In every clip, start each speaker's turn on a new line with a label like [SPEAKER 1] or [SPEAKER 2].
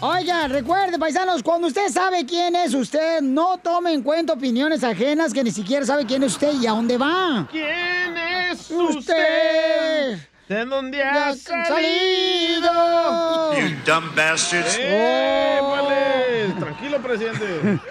[SPEAKER 1] oigan, recuerden, paisanos, cuando usted sabe quién es usted, no tome en cuenta opiniones ajenas que ni siquiera sabe quién es usted y a dónde va.
[SPEAKER 2] ¿Quién es usted? ¿De dónde ha salido?
[SPEAKER 3] You dumb bastards.
[SPEAKER 2] ¡Eh, vale! Tranquilo, presidente.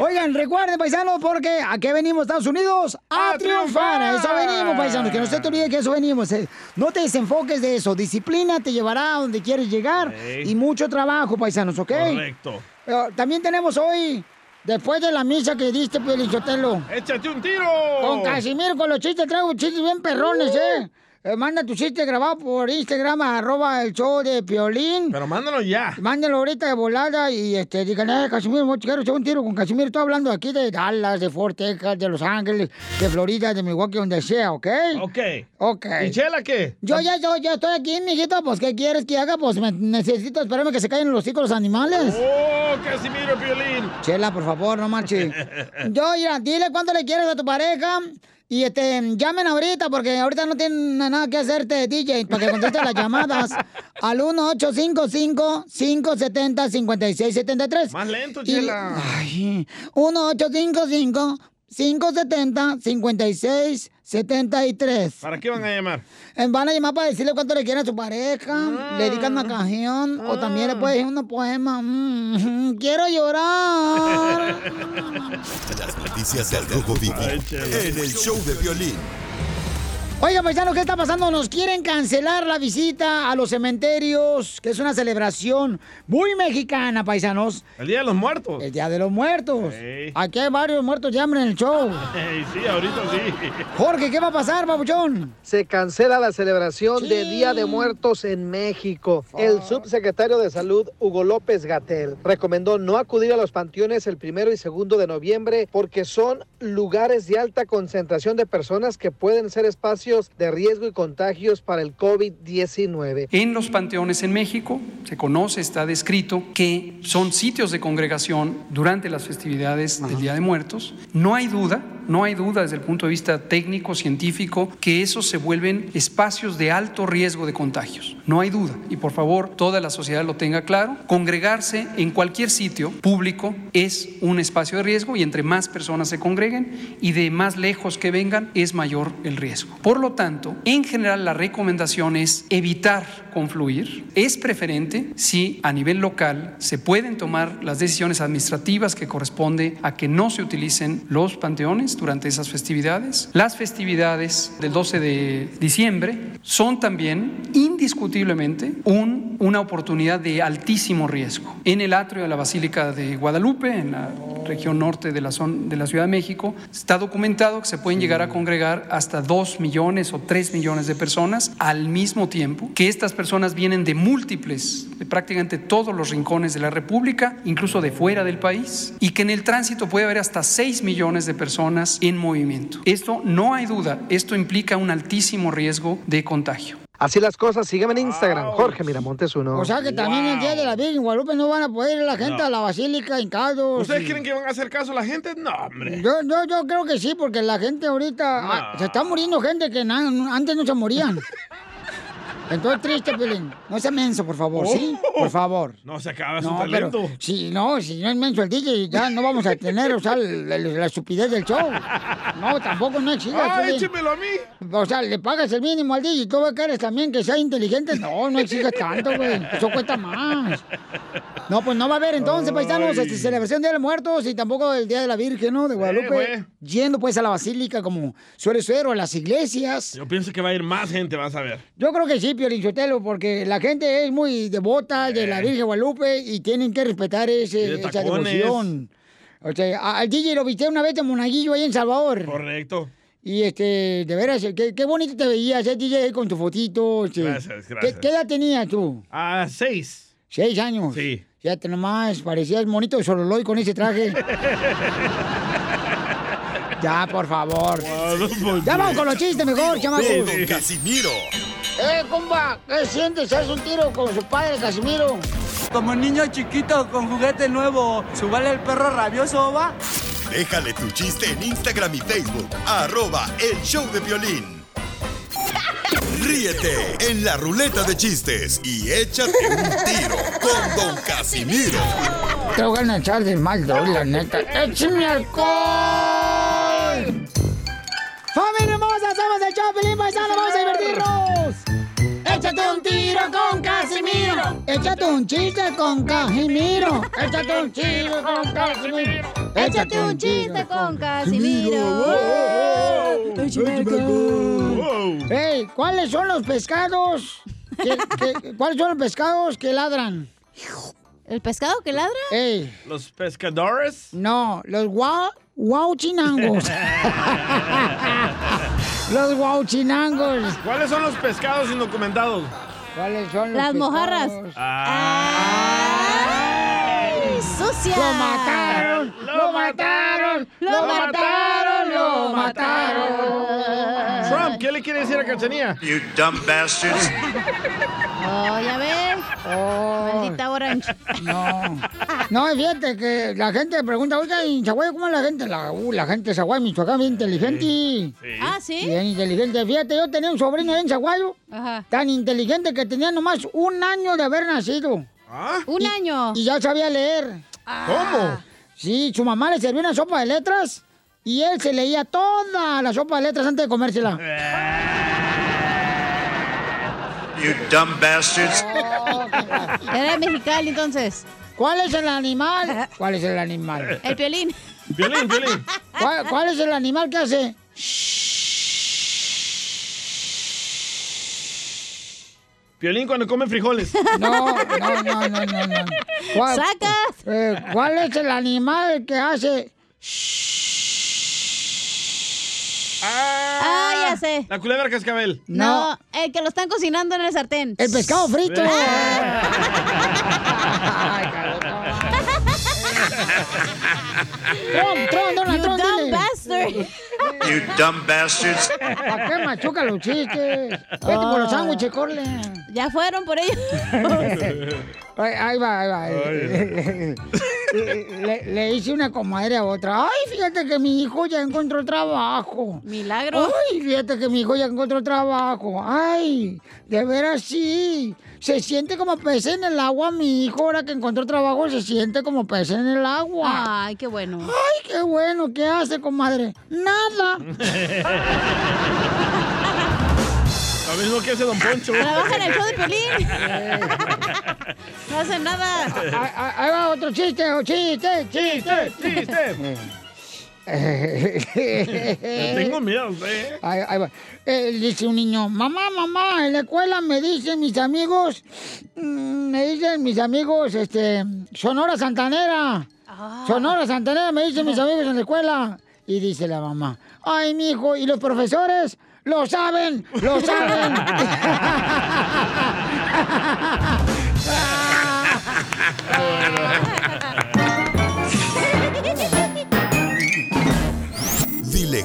[SPEAKER 1] Oigan, recuerden, paisanos, porque ¿a qué venimos, Estados Unidos? ¡A,
[SPEAKER 2] ¡A
[SPEAKER 1] triunfar! A eso
[SPEAKER 2] triunfar!
[SPEAKER 1] venimos, paisanos. Que no se te olvide que a eso venimos. eh. No te desenfoques de eso. Disciplina te llevará a donde quieres llegar.
[SPEAKER 2] Ey.
[SPEAKER 1] Y mucho trabajo, paisanos, ¿ok?
[SPEAKER 2] Correcto.
[SPEAKER 1] Pero también tenemos hoy, después de la misa que diste, Pelichotelo.
[SPEAKER 2] ¡Échate un tiro!
[SPEAKER 1] Con Casimiro, con los chistes, traigo chistes bien perrones,
[SPEAKER 2] Uh.
[SPEAKER 1] ¿eh? Eh, Manda tu chiste grabado por Instagram, arroba el show de Piolín.
[SPEAKER 2] Pero mándalo ya.
[SPEAKER 1] Mándalo ahorita de volada y este, digan, eh, Casimiro, mucho quiero echar un tiro con Casimiro. Estoy hablando aquí de Dallas, de Fort Texas, de Los Ángeles, de Florida, de Milwaukee, donde sea, ¿ok?
[SPEAKER 2] Ok.
[SPEAKER 1] Ok.
[SPEAKER 2] ¿Y Chela qué?
[SPEAKER 1] Yo ya, yo, ya estoy aquí, mijito, pues, ¿qué quieres que haga? Pues, me- necesito esperarme que se caigan los hijos los animales.
[SPEAKER 2] ¡Oh, Casimiro Piolín!
[SPEAKER 1] Chela, por favor, no marche. Yo, mira, dile cuánto le quieres a tu pareja. Y este, llamen ahorita, porque ahorita no tienen nada que hacerte, DJ, para que contestes las llamadas al 1-855-570-5673.
[SPEAKER 2] Más lento,
[SPEAKER 1] Y-
[SPEAKER 2] Chela.
[SPEAKER 1] Ay, 1-855-570-5673.
[SPEAKER 2] ¿Para qué van a llamar?
[SPEAKER 1] Eh, Van a llamar para decirle cuánto le quieren a su pareja,
[SPEAKER 2] Ah.
[SPEAKER 1] le dedican una canción o también le pueden decir un poema. Mm, quiero llorar.
[SPEAKER 4] Las noticias del Rojo Vivo en el show de violín.
[SPEAKER 1] Oiga, paisano, ¿qué está pasando? Nos quieren cancelar la visita a los cementerios, que es una celebración muy mexicana, paisanos.
[SPEAKER 2] El Día de los Muertos.
[SPEAKER 1] El Día de los Muertos.
[SPEAKER 2] Ey.
[SPEAKER 1] Aquí hay varios muertos ya hombre, en el show.
[SPEAKER 2] Ey, sí, ahorita sí.
[SPEAKER 1] Jorge, ¿qué va a pasar, papuchón?
[SPEAKER 5] se cancela la celebración de
[SPEAKER 1] Sí. Oh.
[SPEAKER 5] Día de Muertos en México. El subsecretario de Salud, Hugo López Gatel, recomendó no acudir a los panteones el primero y segundo de noviembre porque son lugares de alta concentración de personas que pueden ser espacios de riesgo y contagios para el COVID-19.
[SPEAKER 6] En los panteones en México se conoce, está descrito, que son sitios de congregación durante las festividades del Día de Muertos. No hay duda, no hay duda desde el punto de vista técnico, científico, que esos se vuelven espacios de alto riesgo de contagios. No hay duda. Y por favor, toda la sociedad lo tenga claro. Congregarse en cualquier sitio público es un espacio de riesgo y entre más personas se congreguen y de más lejos que vengan es mayor el riesgo. Por lo tanto, en general la recomendación es evitar confluir. Es preferente si a nivel local se pueden tomar las decisiones administrativas que corresponde a que no se utilicen los panteones durante esas festividades. Las festividades del 12 de diciembre son también indiscutiblemente un- una oportunidad de altísimo riesgo. En el atrio de la Basílica de Guadalupe, en la región norte de la, zon- de la Ciudad de México, está documentado que se pueden llegar a congregar hasta 2 millones o 3 millones de personas al mismo tiempo, que estas personas vienen de múltiples, de prácticamente todos los rincones de la República, incluso de fuera del país, y que en el tránsito puede haber hasta 6 millones de personas en movimiento. Esto no hay duda, esto implica un altísimo riesgo de contagio.
[SPEAKER 5] Así las cosas, sígueme en Instagram, Jorge Miramontes uno.
[SPEAKER 1] O sea que también el Día de la Virgen Guadalupe no van a poder ir la gente a la basílica hincados.
[SPEAKER 2] ¿Ustedes
[SPEAKER 1] y-
[SPEAKER 2] creen que van a hacer caso a la gente? No, hombre.
[SPEAKER 1] Yo, yo, yo creo que sí, porque la gente ahorita ah, se está muriendo gente que na- antes no se morían. Entonces triste, Pelín. No sea menso, por favor, ¿sí?
[SPEAKER 2] Oh.
[SPEAKER 1] Por favor.
[SPEAKER 2] No se acaba su
[SPEAKER 1] No, pero
[SPEAKER 2] talento.
[SPEAKER 1] si no, si no es menso el DJ, ya no vamos a tener, o sea, la, la- la estupidez del show. No, tampoco no exigas,
[SPEAKER 2] ¡Ah,
[SPEAKER 1] Pelín.
[SPEAKER 2] échemelo a mí!
[SPEAKER 1] O sea, le pagas el mínimo al DJ y tú quieres también que sea inteligente. No, no exijas tanto, güey. Eso cuesta más. No, pues no va a haber entonces, paisanos,
[SPEAKER 2] Ay.
[SPEAKER 1] este, celebración de los muertos y tampoco el Día de la Virgen, ¿no? De Guadalupe.
[SPEAKER 2] güey.
[SPEAKER 1] Yendo pues a la basílica como suele ser o a las iglesias.
[SPEAKER 2] Yo pienso que va a ir más gente, vas a ver.
[SPEAKER 1] Yo creo que sí, Piolín Sotelo, porque la gente es muy devota de la Virgen Guadalupe y tienen que respetar
[SPEAKER 2] Eh. Y de
[SPEAKER 1] ese, esa
[SPEAKER 2] tacones.
[SPEAKER 1] devoción. O sea, a- al DJ lo viste una vez de Monaguillo ahí en Salvador.
[SPEAKER 2] Correcto.
[SPEAKER 1] Y este, de veras, qué, qué bonito te veías, eh, DJ, ahí con tu fotito. este.
[SPEAKER 2] Gracias,
[SPEAKER 1] ¿Qué-
[SPEAKER 2] gracias.
[SPEAKER 1] ¿Qué, edad tenías tú?
[SPEAKER 2] A seis.
[SPEAKER 1] ¿Seis años?
[SPEAKER 2] Sí.
[SPEAKER 1] Fíjate nomás, parecías monito de Sololoy con ese traje. ya, por favor. Ya vamos con los chistes mejor, chamacos.
[SPEAKER 4] Don Casimiro.
[SPEAKER 1] Eh, compa, ¿qué sientes? ¿Haz un tiro con su padre, Casimiro?
[SPEAKER 7] Como niño chiquito con juguete nuevo, ¿subale el perro rabioso va?
[SPEAKER 4] Déjale tu chiste en Instagram y Facebook. Arroba el show de violín. Ríete en la ruleta de chistes y échate un tiro con Don Casimiro.
[SPEAKER 1] Te voy a echar de mal, doy, la neta. ¡Échame alcohol! ¡Familia hermosa! ¡Somos el Chapelín Paisano! ¡Vamos a divertirnos! ¡Échate un tiro con Casimiro! ¡Échate un chiste con Casimiro! ¡Échate un tiro con Casimiro!
[SPEAKER 3] Échate un chiste con Casimiro. Échame
[SPEAKER 1] alcohol! ¡Ey! ¿Cuáles son los pescados? que- que- ¿Cuáles son los pescados que ladran?
[SPEAKER 3] ¿El pescado que ladra?
[SPEAKER 1] ¡Ey!
[SPEAKER 8] ¿Los pescadores?
[SPEAKER 1] No, los guau, guauchinangos. los guauchinangos.
[SPEAKER 8] ¿Cuáles son los pescados indocumentados?
[SPEAKER 1] ¿Cuáles son los
[SPEAKER 3] Las
[SPEAKER 1] pescados?
[SPEAKER 3] mojarras. ¡Ay, sucia!
[SPEAKER 1] ¡Lo mataron! ¡Lo mataron! ¡Lo mataron! ¡Lo mataron!
[SPEAKER 8] Trump, ¿qué le quiere decir a Cachanía?
[SPEAKER 9] You dumb bastards.
[SPEAKER 3] Oh, ya ves. Maldita orange.
[SPEAKER 1] No. Oh. No, y fíjate que la gente pregunta, oiga, ¿en Chihuahua cómo es la gente? La, uh, la gente de Chihuahua, Michoacán, bien inteligente.
[SPEAKER 3] Ah, ¿sí?
[SPEAKER 1] Bien inteligente. Fíjate, yo tenía un sobrino ahí en Zaguayo,
[SPEAKER 3] Ajá.
[SPEAKER 1] tan inteligente que tenía nomás un año de haber nacido.
[SPEAKER 3] Un año. Ah.
[SPEAKER 1] Y ya sabía leer.
[SPEAKER 8] ¿Cómo?
[SPEAKER 1] Sí, su mamá le servía una sopa de letras y él se leía toda la sopa de letras antes de comérsela.
[SPEAKER 9] You dumb bastards.
[SPEAKER 3] Era de mexicali, entonces.
[SPEAKER 1] ¿Cuál es el animal? ¿Cuál es el animal?
[SPEAKER 3] El piolín.
[SPEAKER 8] Violín, violín.
[SPEAKER 1] ¿Cuál, cuál es el animal que hace?
[SPEAKER 8] Violín cuando come frijoles.
[SPEAKER 1] No, no, no, no, no. no. ¿Cuál,
[SPEAKER 3] ¡Sacas!
[SPEAKER 1] eh, ¿Cuál es el animal que hace?
[SPEAKER 8] ¡Ah!
[SPEAKER 3] Ah, ya sé.
[SPEAKER 8] La culebra cascabel.
[SPEAKER 1] No.
[SPEAKER 3] No, el que lo están cocinando en el sartén. Ah.
[SPEAKER 1] El pescado frito. Trump, Trump, Donald
[SPEAKER 3] You
[SPEAKER 1] Trump,
[SPEAKER 3] dumb
[SPEAKER 1] dile.
[SPEAKER 3] bastard.
[SPEAKER 9] You dumb bastards.
[SPEAKER 1] ¿Para qué machuca los chistes? Vete por los sándwiches, corle.
[SPEAKER 3] Ah. Ya fueron por ellos.
[SPEAKER 1] Ay, Ahí va, ahí va. le, le hice una comadre a otra. Ay, fíjate que mi hijo ya encontró trabajo.
[SPEAKER 3] Milagro.
[SPEAKER 1] Ay, fíjate que mi hijo ya encontró trabajo. Ay, de veras sí. Se siente como pez en el agua, mi hijo. Ahora que encontró trabajo, se siente como pez en el agua.
[SPEAKER 3] Ay, qué bueno.
[SPEAKER 1] Ay, qué bueno. ¿Qué hace, comadre? Nada.
[SPEAKER 8] Lo mismo que hace Don Poncho.
[SPEAKER 3] Trabaja en el show de piolín. No hace nada.
[SPEAKER 1] Ah, ah, Ahí va otro chiste, oh, chiste, chiste.
[SPEAKER 8] Chiste. Tengo miedo, ¿eh?
[SPEAKER 1] Ahí- ahí va. Eh, dice un niño, mamá, mamá, en la escuela me dicen mis amigos, mm, me dicen mis amigos, este, Sonora Santanera. Sonora Santanera me dicen mis amigos en la escuela. Y dice la mamá, ay, mi hijo, ¿y los profesores? Lo saben, lo saben.
[SPEAKER 4] Dile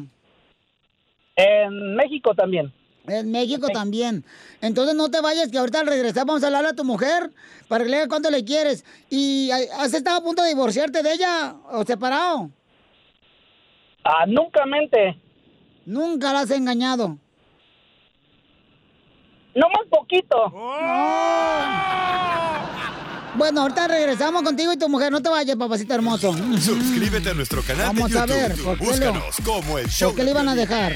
[SPEAKER 10] En México también.
[SPEAKER 1] En México también. Entonces no te vayas, que ahorita al regresar vamos a hablar a tu mujer para que le digas cuánto le quieres. ¿Y ay, has estado a punto de divorciarte de ella o separado?
[SPEAKER 10] Ah, nunca mente.
[SPEAKER 1] Nunca la has engañado.
[SPEAKER 10] No más poquito.
[SPEAKER 1] Bueno, ahorita regresamos contigo y tu mujer. No te vayas, papacito hermoso.
[SPEAKER 4] Suscríbete a nuestro canal
[SPEAKER 1] Vamos
[SPEAKER 4] de
[SPEAKER 1] a
[SPEAKER 4] YouTube.
[SPEAKER 1] ver, ¿por qué lo-
[SPEAKER 4] Búscanos como el show.
[SPEAKER 1] ¿Por qué le iban a dejar?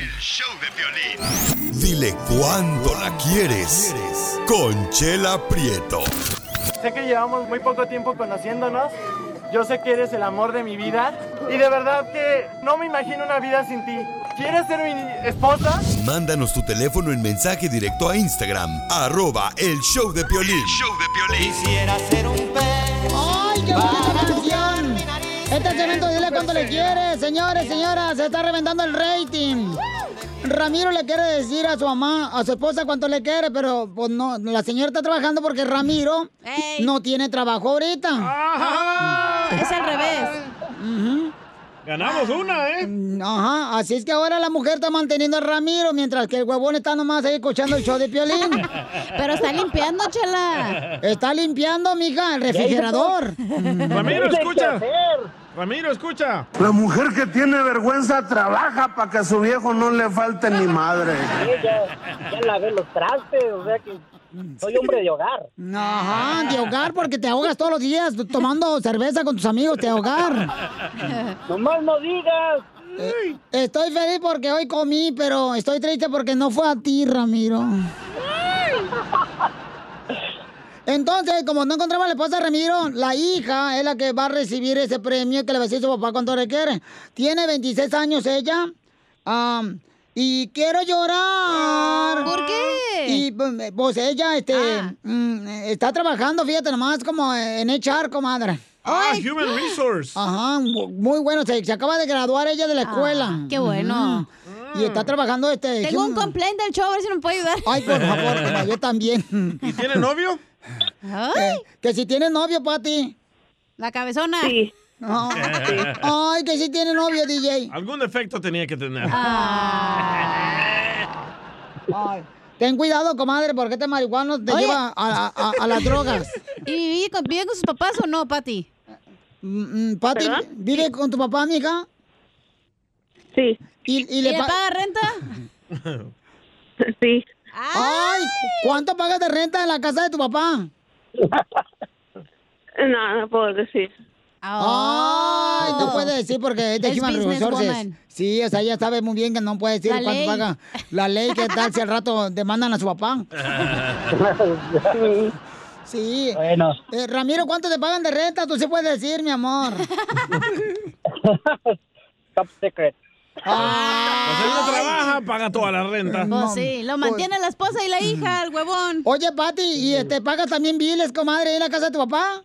[SPEAKER 4] Dile cuándo la quieres. Conchela Prieto.
[SPEAKER 7] Sé que llevamos muy poco tiempo conociéndonos. Yo sé que eres el amor de mi vida. Y de verdad que no me imagino una vida sin ti. ¿Quieres ser mi esposa?
[SPEAKER 4] Mándanos tu teléfono en mensaje directo a Instagram. Arroba el show de Piolín.
[SPEAKER 11] Quisiera ser un
[SPEAKER 1] ¡Ay, qué buena canción! Este segmento, dile cuánto le quieres, señores, señoras, se está reventando el rating. Ramiro le quiere decir a su mamá, a su esposa cuánto le quiere, pero pues no, la señora está trabajando porque Ramiro no tiene trabajo ahorita.
[SPEAKER 3] Es al revés.
[SPEAKER 8] Ganamos una, ¿eh?
[SPEAKER 1] Mm, Ajá, así es que ahora la mujer está manteniendo a Ramiro, mientras que el huevón está nomás ahí escuchando el show de Piolín.
[SPEAKER 3] Pero está limpiando, chela.
[SPEAKER 1] Está limpiando, mija, el refrigerador.
[SPEAKER 8] Ramiro, escucha. Ramiro, escucha.
[SPEAKER 12] La mujer que tiene vergüenza trabaja para que a su viejo no le falte ni madre.
[SPEAKER 10] Sí, ya, ya lavé los trastes, o sea que soy hombre de hogar.
[SPEAKER 1] Ajá, de ahogar porque te ahogas todos los días tomando cerveza con tus amigos, te ahogar.
[SPEAKER 10] Nomás no digas.
[SPEAKER 1] Eh, estoy feliz porque hoy comí, pero estoy triste porque no fue a ti, Ramiro. Entonces, como no encontraba a la esposa de Ramiro, la hija es la que va a recibir ese premio que le va a decir su papá cuando le quiere. Tiene 26 años ella. am, y quiero llorar.
[SPEAKER 3] ¿Por qué? Ah.
[SPEAKER 1] Y pues, pues, ella este, mm, está trabajando, fíjate nomás, como en echar, comadre.
[SPEAKER 8] Ah, Human Resource.
[SPEAKER 1] Ajá, mu- muy bueno. Se, se acaba de graduar ella de la escuela.
[SPEAKER 3] Ah, qué bueno.
[SPEAKER 1] Ujú. Y
[SPEAKER 8] Mm.
[SPEAKER 1] está trabajando este.
[SPEAKER 3] Tengo un
[SPEAKER 1] human-
[SPEAKER 3] complaint del show, a ver si me puede ayudar.
[SPEAKER 1] Ay, por favor, mira, yo también. ¿Y
[SPEAKER 8] tiene novio?
[SPEAKER 1] que si tiene novio, Pati.
[SPEAKER 3] La cabezona.
[SPEAKER 1] Sí. Ay, que si tiene novio, DJ.
[SPEAKER 8] Algún defecto tenía que tener.
[SPEAKER 1] Ay, Ten cuidado, comadre, porque este marihuano te
[SPEAKER 3] Oye.
[SPEAKER 1] lleva a, a- a- a las drogas.
[SPEAKER 3] ¿Y vive con, vive con sus papás o no, Pati?
[SPEAKER 1] Mm, Pati, ¿vive con tu papá, mija? Sí. ¿Y,
[SPEAKER 3] ¿Y
[SPEAKER 1] le,
[SPEAKER 3] le
[SPEAKER 1] pa-
[SPEAKER 3] paga renta?
[SPEAKER 1] Sí. Ay, ¿cuánto pagas de renta en la casa de tu papá?
[SPEAKER 13] No, no puedo decir.
[SPEAKER 1] Ay, no puede decir porque es de
[SPEAKER 3] Es
[SPEAKER 1] Human Resources.
[SPEAKER 3] businesswoman.
[SPEAKER 1] Sí, o sea, ella sabe muy bien que no puede decir
[SPEAKER 3] La
[SPEAKER 1] cuánto
[SPEAKER 3] ley.
[SPEAKER 1] paga la ley, qué tal si al rato demandan a su papá. Sí.
[SPEAKER 10] Bueno.
[SPEAKER 1] Eh, Ramiro, ¿cuánto te pagan de renta? Tú sí puedes decir, mi amor.
[SPEAKER 10] Top secret.
[SPEAKER 8] O sea, él no trabaja, paga toda la renta.
[SPEAKER 3] Pues sí, lo mantiene la esposa y la hija, el huevón.
[SPEAKER 1] Mm. Oye, Pati, ¿y te pagas también biles, comadre, ahí en la casa de tu papá?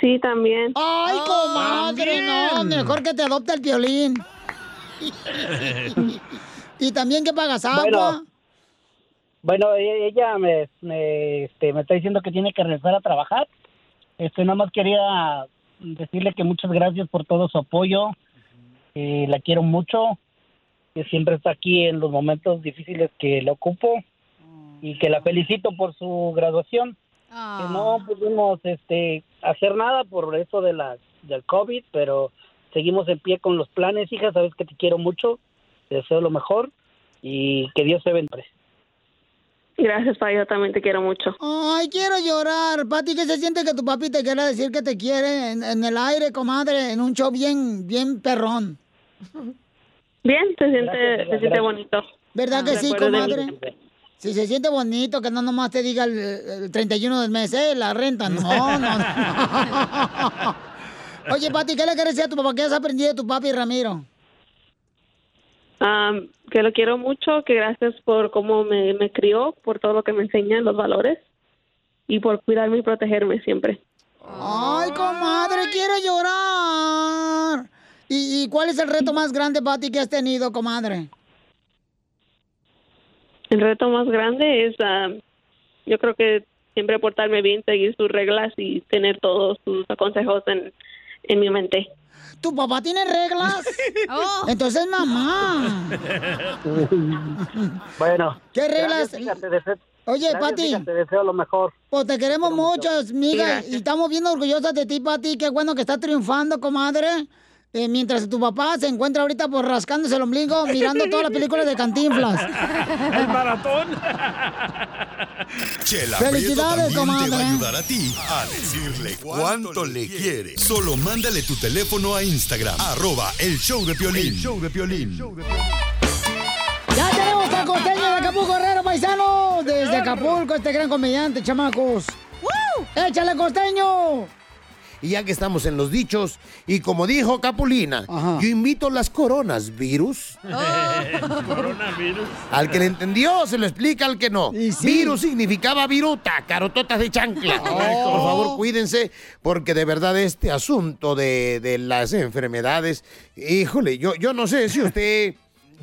[SPEAKER 13] Sí, también.
[SPEAKER 1] Ay,
[SPEAKER 3] Oh,
[SPEAKER 1] comadre, no,
[SPEAKER 13] también.
[SPEAKER 1] mejor que te adopte el violín. ¿Y también que pagas agua?
[SPEAKER 10] Bueno. Bueno, e- ella me, me, este, me está diciendo que tiene que regresar a trabajar. Este, nada más quería decirle que muchas gracias por todo su apoyo. Eh, la quiero mucho. Que siempre está aquí en los momentos difíciles que la ocupo. Y que la felicito por su graduación. Que no pudimos este, hacer nada por eso de la, del COVID, pero seguimos en pie con los planes, hija. Sabes que te quiero mucho. Te deseo lo mejor. Y que Dios te bendiga.
[SPEAKER 13] Gracias, pa. Yo también te quiero mucho.
[SPEAKER 1] Ay, quiero llorar. Pati, ¿qué se siente que tu papi te quiera decir que te quiere en, en el aire, comadre, en un show bien, bien perrón?
[SPEAKER 13] Bien, se siente,
[SPEAKER 1] Gracias,
[SPEAKER 13] se siente
[SPEAKER 1] gracias.
[SPEAKER 13] bonito.
[SPEAKER 1] ¿Verdad que
[SPEAKER 13] Me
[SPEAKER 1] sí,
[SPEAKER 13] acuerdo de mí
[SPEAKER 1] comadre?
[SPEAKER 13] siempre.
[SPEAKER 1] Si se siente bonito, que no nomás te diga el, el 31 del mes, eh, la renta. No, no, no. Oye, Pati, ¿qué le quieres decir a tu papá? ¿Qué has aprendido de tu papi, Ramiro?
[SPEAKER 13] Am, que lo quiero mucho, que gracias por cómo me, me crió, por todo lo que me enseña, los valores y por cuidarme y protegerme siempre.
[SPEAKER 1] Ay, comadre, quiero llorar. ¿Y, y cuál es el reto más grande, Pati, que has tenido, comadre?
[SPEAKER 13] El reto más grande es, am, yo creo que siempre portarme bien, seguir sus reglas y tener todos sus consejos en, en mi mente.
[SPEAKER 1] ¿Tu papá tiene reglas? Entonces, mamá.
[SPEAKER 10] bueno.
[SPEAKER 1] ¿Qué reglas?
[SPEAKER 10] Gracias, hija, te deseo-
[SPEAKER 1] Oye,
[SPEAKER 10] gracias,
[SPEAKER 1] Pati.
[SPEAKER 10] hija, Te deseo lo mejor.
[SPEAKER 1] Pues te queremos mucho, amiga, y estamos bien orgullosas de ti, Pati. Qué bueno que estás triunfando, comadre. Eh, mientras tu papá se encuentra ahorita por rascándose el ombligo, mirando todas las películas de Cantinflas.
[SPEAKER 8] El maratón.
[SPEAKER 4] Chela Prieto también
[SPEAKER 1] Felicidades,
[SPEAKER 4] te va a
[SPEAKER 1] comadre.
[SPEAKER 4] ayudar a ti a decirle cuánto le quiere. Solo mándale tu teléfono a Instagram, arroba el show de Piolín. show de Piolín.
[SPEAKER 1] Ya tenemos a Costeño de Acapulco Herrero, paisano. Desde Acapulco, este gran comediante, chamacos. ¡Échale, Costeño!
[SPEAKER 14] Y ya que estamos en los dichos, y como dijo Capulina, yo invito las coronas virus.
[SPEAKER 8] Coronavirus.
[SPEAKER 14] Al que le entendió, se lo explica al que no. Virus significaba viruta, carototas de
[SPEAKER 7] Oh.
[SPEAKER 14] chancla.
[SPEAKER 15] Correcto.
[SPEAKER 14] Por favor, cuídense, porque de verdad este asunto de, de las enfermedades, híjole, yo, yo no sé si usted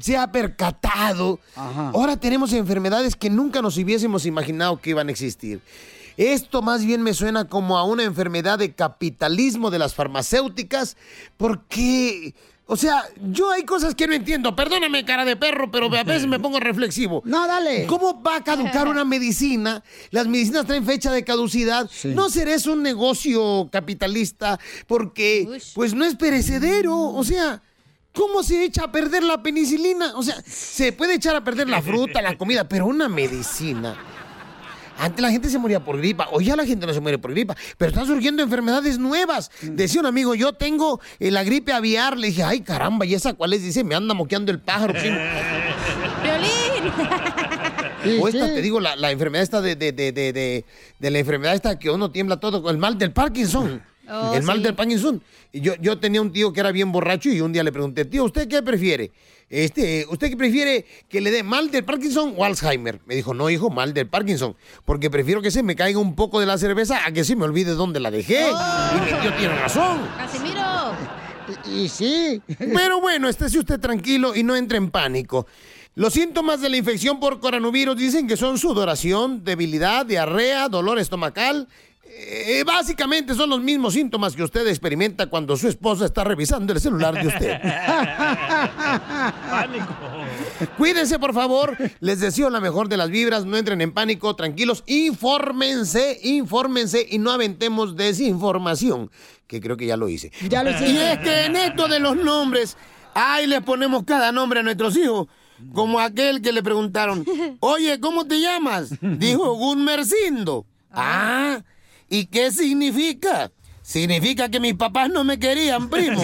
[SPEAKER 14] se ha percatado. Ahora tenemos enfermedades que nunca nos hubiésemos imaginado que iban a existir. Esto más bien me suena como a una enfermedad de capitalismo de las farmacéuticas, porque o sea, yo hay cosas que no entiendo. Perdóname, cara de perro, pero a veces me pongo reflexivo.
[SPEAKER 1] No, dale.
[SPEAKER 14] ¿Cómo va a caducar una medicina? Las medicinas traen fecha de caducidad. No será eso un negocio capitalista porque, pues, no es perecedero. O sea, ¿cómo se echa a perder la penicilina? O sea, se puede echar a perder la fruta, la comida, pero una medicina. Antes la gente se moría por gripa, hoy ya la gente no se muere por gripa, pero están surgiendo enfermedades nuevas. Decía un amigo, yo tengo eh, la gripe aviar, le dije, ay caramba, ¿y esa cuál es? Dice, me anda moqueando el pájaro. primo". o esta, te digo, la, la enfermedad esta de, de, de, de, de- de la enfermedad esta que uno tiembla todo, con el mal del Parkinson.
[SPEAKER 15] Oh,
[SPEAKER 14] el mal
[SPEAKER 15] sí.
[SPEAKER 14] del Parkinson. Y Yo, yo tenía un tío que era bien borracho y un día le pregunté, tío, ¿usted qué prefiere? Este, ¿Usted qué prefiere que le dé mal del Parkinson o Alzheimer? Me dijo, no, hijo, mal del Parkinson, porque prefiero que se me caiga un poco de la cerveza a que se me olvide dónde la dejé. Y mi tío tiene razón.
[SPEAKER 3] Oh. Casimiro.
[SPEAKER 1] Y, sí.
[SPEAKER 14] Pero bueno, estése usted tranquilo y no entre en pánico. Los síntomas de la infección por coronavirus dicen que son sudoración, debilidad, diarrea, dolor estomacal. Eh, básicamente son los mismos síntomas que usted experimenta cuando su esposa está revisando el celular de usted.
[SPEAKER 8] Pánico.
[SPEAKER 14] Cuídense, por favor. Les deseo la mejor de las vibras. No entren en pánico, tranquilos. Infórmense, infórmense y no aventemos desinformación, que creo que ya lo hice.
[SPEAKER 15] Ya lo hiciste.
[SPEAKER 14] Y es que en esto de los nombres, ahí les ponemos cada nombre a nuestros hijos. Como aquel que le preguntaron, oye, ¿cómo te llamas? Dijo Gunmercindo. Ah, ¿y qué significa? significa que mis papás no me querían, primo.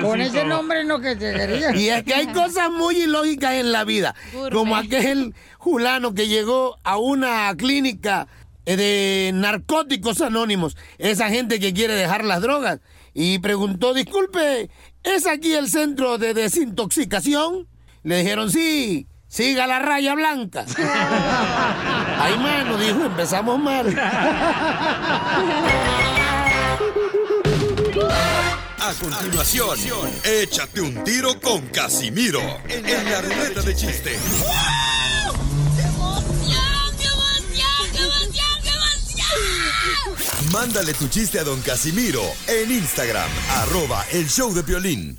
[SPEAKER 1] Con ese nombre no que te quería.
[SPEAKER 14] Eh, Y es que hay cosas muy ilógicas en la vida.
[SPEAKER 1] Gourmet.
[SPEAKER 14] Como aquel fulano que llegó a una clínica eh, de narcóticos anónimos. Esa gente que quiere dejar las drogas. Y preguntó, disculpe, ¿es aquí el centro de desintoxicación? Le dijeron, sí, siga la raya blanca. Ay, mano, dijo, empezamos mal.
[SPEAKER 4] A continuación, échate un tiro con Casimiro en la ruleta de chiste. Mándale tu chiste a don Casimiro en Instagram, arroba el show de violín.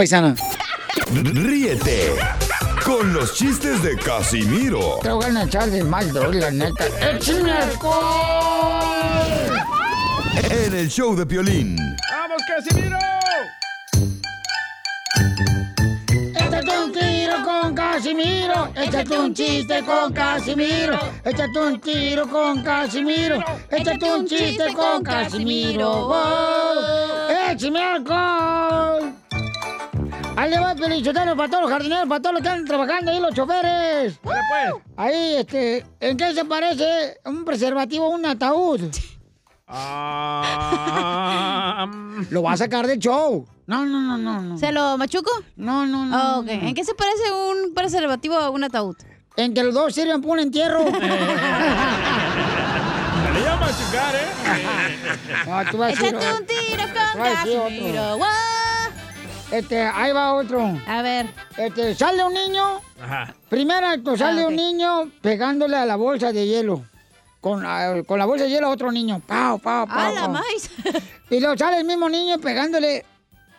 [SPEAKER 1] paisana.
[SPEAKER 4] Ríete con los chistes de Casimiro
[SPEAKER 1] Te voy a echar de mal, bro, la neta. ¡Échame alcohol!
[SPEAKER 4] en el show de violín.
[SPEAKER 1] ¡Vamos, Casimiro! Échate un tiro con Casimiro, échate un chiste con Casimiro, échate un tiro con Casimiro, échate un chiste con Casimiro. ¡Wow! ¡Échame alcohol! Ahí le va el pelichotero para todos los jardineros, para todos los que están trabajando ahí, los choferes. Ahí, este, ¿en qué se parece un preservativo a un ataúd? Lo va a sacar del show. No, no, no, no. no.
[SPEAKER 3] ¿Se lo machuco?
[SPEAKER 1] No, no, no.
[SPEAKER 3] Ah, ok. ¿En qué se parece un preservativo a un ataúd?
[SPEAKER 1] En que los dos sirven para un entierro.
[SPEAKER 8] Se le ¿eh? iba a machucar,
[SPEAKER 1] Ah, tú
[SPEAKER 8] ¿eh?
[SPEAKER 1] vas a decir-
[SPEAKER 3] Échate un tiro con
[SPEAKER 1] Va a decir otro.
[SPEAKER 3] Casimiro. ¡Wow!
[SPEAKER 1] Este, ahí va otro.
[SPEAKER 3] A ver.
[SPEAKER 1] Este, sale un niño.
[SPEAKER 8] Ajá.
[SPEAKER 1] Primer acto, sale
[SPEAKER 3] Ah, ok.
[SPEAKER 1] un niño pegándole a la bolsa de hielo. Con, ah, con la bolsa de hielo a otro niño. Pau, pau, pau.
[SPEAKER 3] ¡A la
[SPEAKER 1] pau.
[SPEAKER 3] maíz!
[SPEAKER 1] Y luego sale el mismo niño pegándole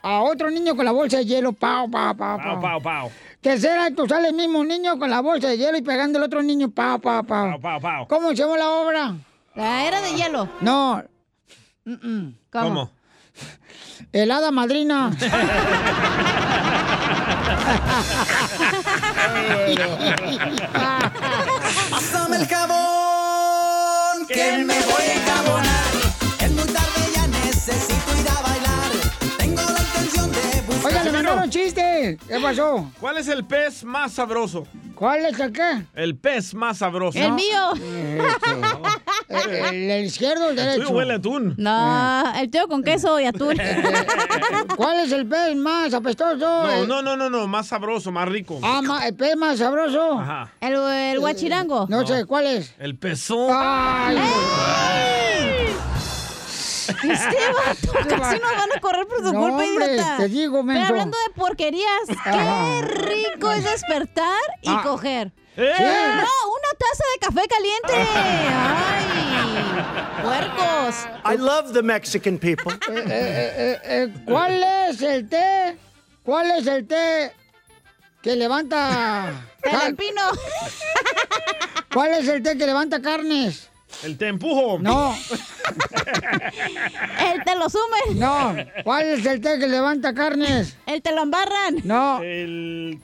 [SPEAKER 1] a otro niño con la bolsa de hielo. Pau, pau, pau, pau.
[SPEAKER 8] Pau, pau, pau.
[SPEAKER 1] Tercer acto, sale el mismo niño con la bolsa de hielo y pegándole a otro niño. Pau, pau, pau.
[SPEAKER 8] Pau, pau, pau.
[SPEAKER 1] ¿Cómo se llama la obra?
[SPEAKER 3] La era de hielo.
[SPEAKER 1] No. ¿Cómo? El hada madrina.
[SPEAKER 11] Pásame el jabón, que me voy a enjabonar. Es muy tarde, ya necesito ir a bailar. Tengo la intención de buscar.
[SPEAKER 1] Oiga, le mandaron chiste. ¿Qué pasó?
[SPEAKER 8] ¿Cuál es el pez más sabroso?
[SPEAKER 1] ¿Cuál es el qué?
[SPEAKER 8] El pez más sabroso.
[SPEAKER 3] El mío.
[SPEAKER 1] ¿El, el izquierdo o el derecho? Eh.
[SPEAKER 8] tuyo huele a atún.
[SPEAKER 3] No, el tío con queso y atún.
[SPEAKER 1] ¿Cuál es el pez más apestoso?
[SPEAKER 8] No, no, no, no, no, más sabroso, más rico.
[SPEAKER 1] Ah, ma- el pez más sabroso. Eh,
[SPEAKER 8] Ajá.
[SPEAKER 3] El, el guachirango.
[SPEAKER 1] No, sé, ¿cuál es?
[SPEAKER 8] El pezón.
[SPEAKER 1] Ay.
[SPEAKER 3] Este vato, casi nos van a correr por su
[SPEAKER 1] No,
[SPEAKER 3] culpa,
[SPEAKER 1] hombre,
[SPEAKER 3] idiota.
[SPEAKER 1] te digo, menso.
[SPEAKER 3] Pero hablando de porquerías, qué rico es despertar y
[SPEAKER 1] Ah.
[SPEAKER 3] coger.
[SPEAKER 1] ¡Eh! Sí.
[SPEAKER 3] ¡No! ¡Una taza de café caliente! ¡Ay! ¡Puercos!
[SPEAKER 15] I love the Mexican people.
[SPEAKER 1] Eh, eh, eh, eh, ¿Cuál es el té? ¿Cuál es el té que levanta... car-
[SPEAKER 3] ¡Pino!
[SPEAKER 1] ¿Cuál es el té que levanta carnes?
[SPEAKER 8] El te empujo.
[SPEAKER 1] No.
[SPEAKER 3] ¡El te lo sumen!
[SPEAKER 1] No. ¿Cuál es el té que levanta carnes?
[SPEAKER 3] ¡El te lo embarran!
[SPEAKER 1] No.
[SPEAKER 8] El...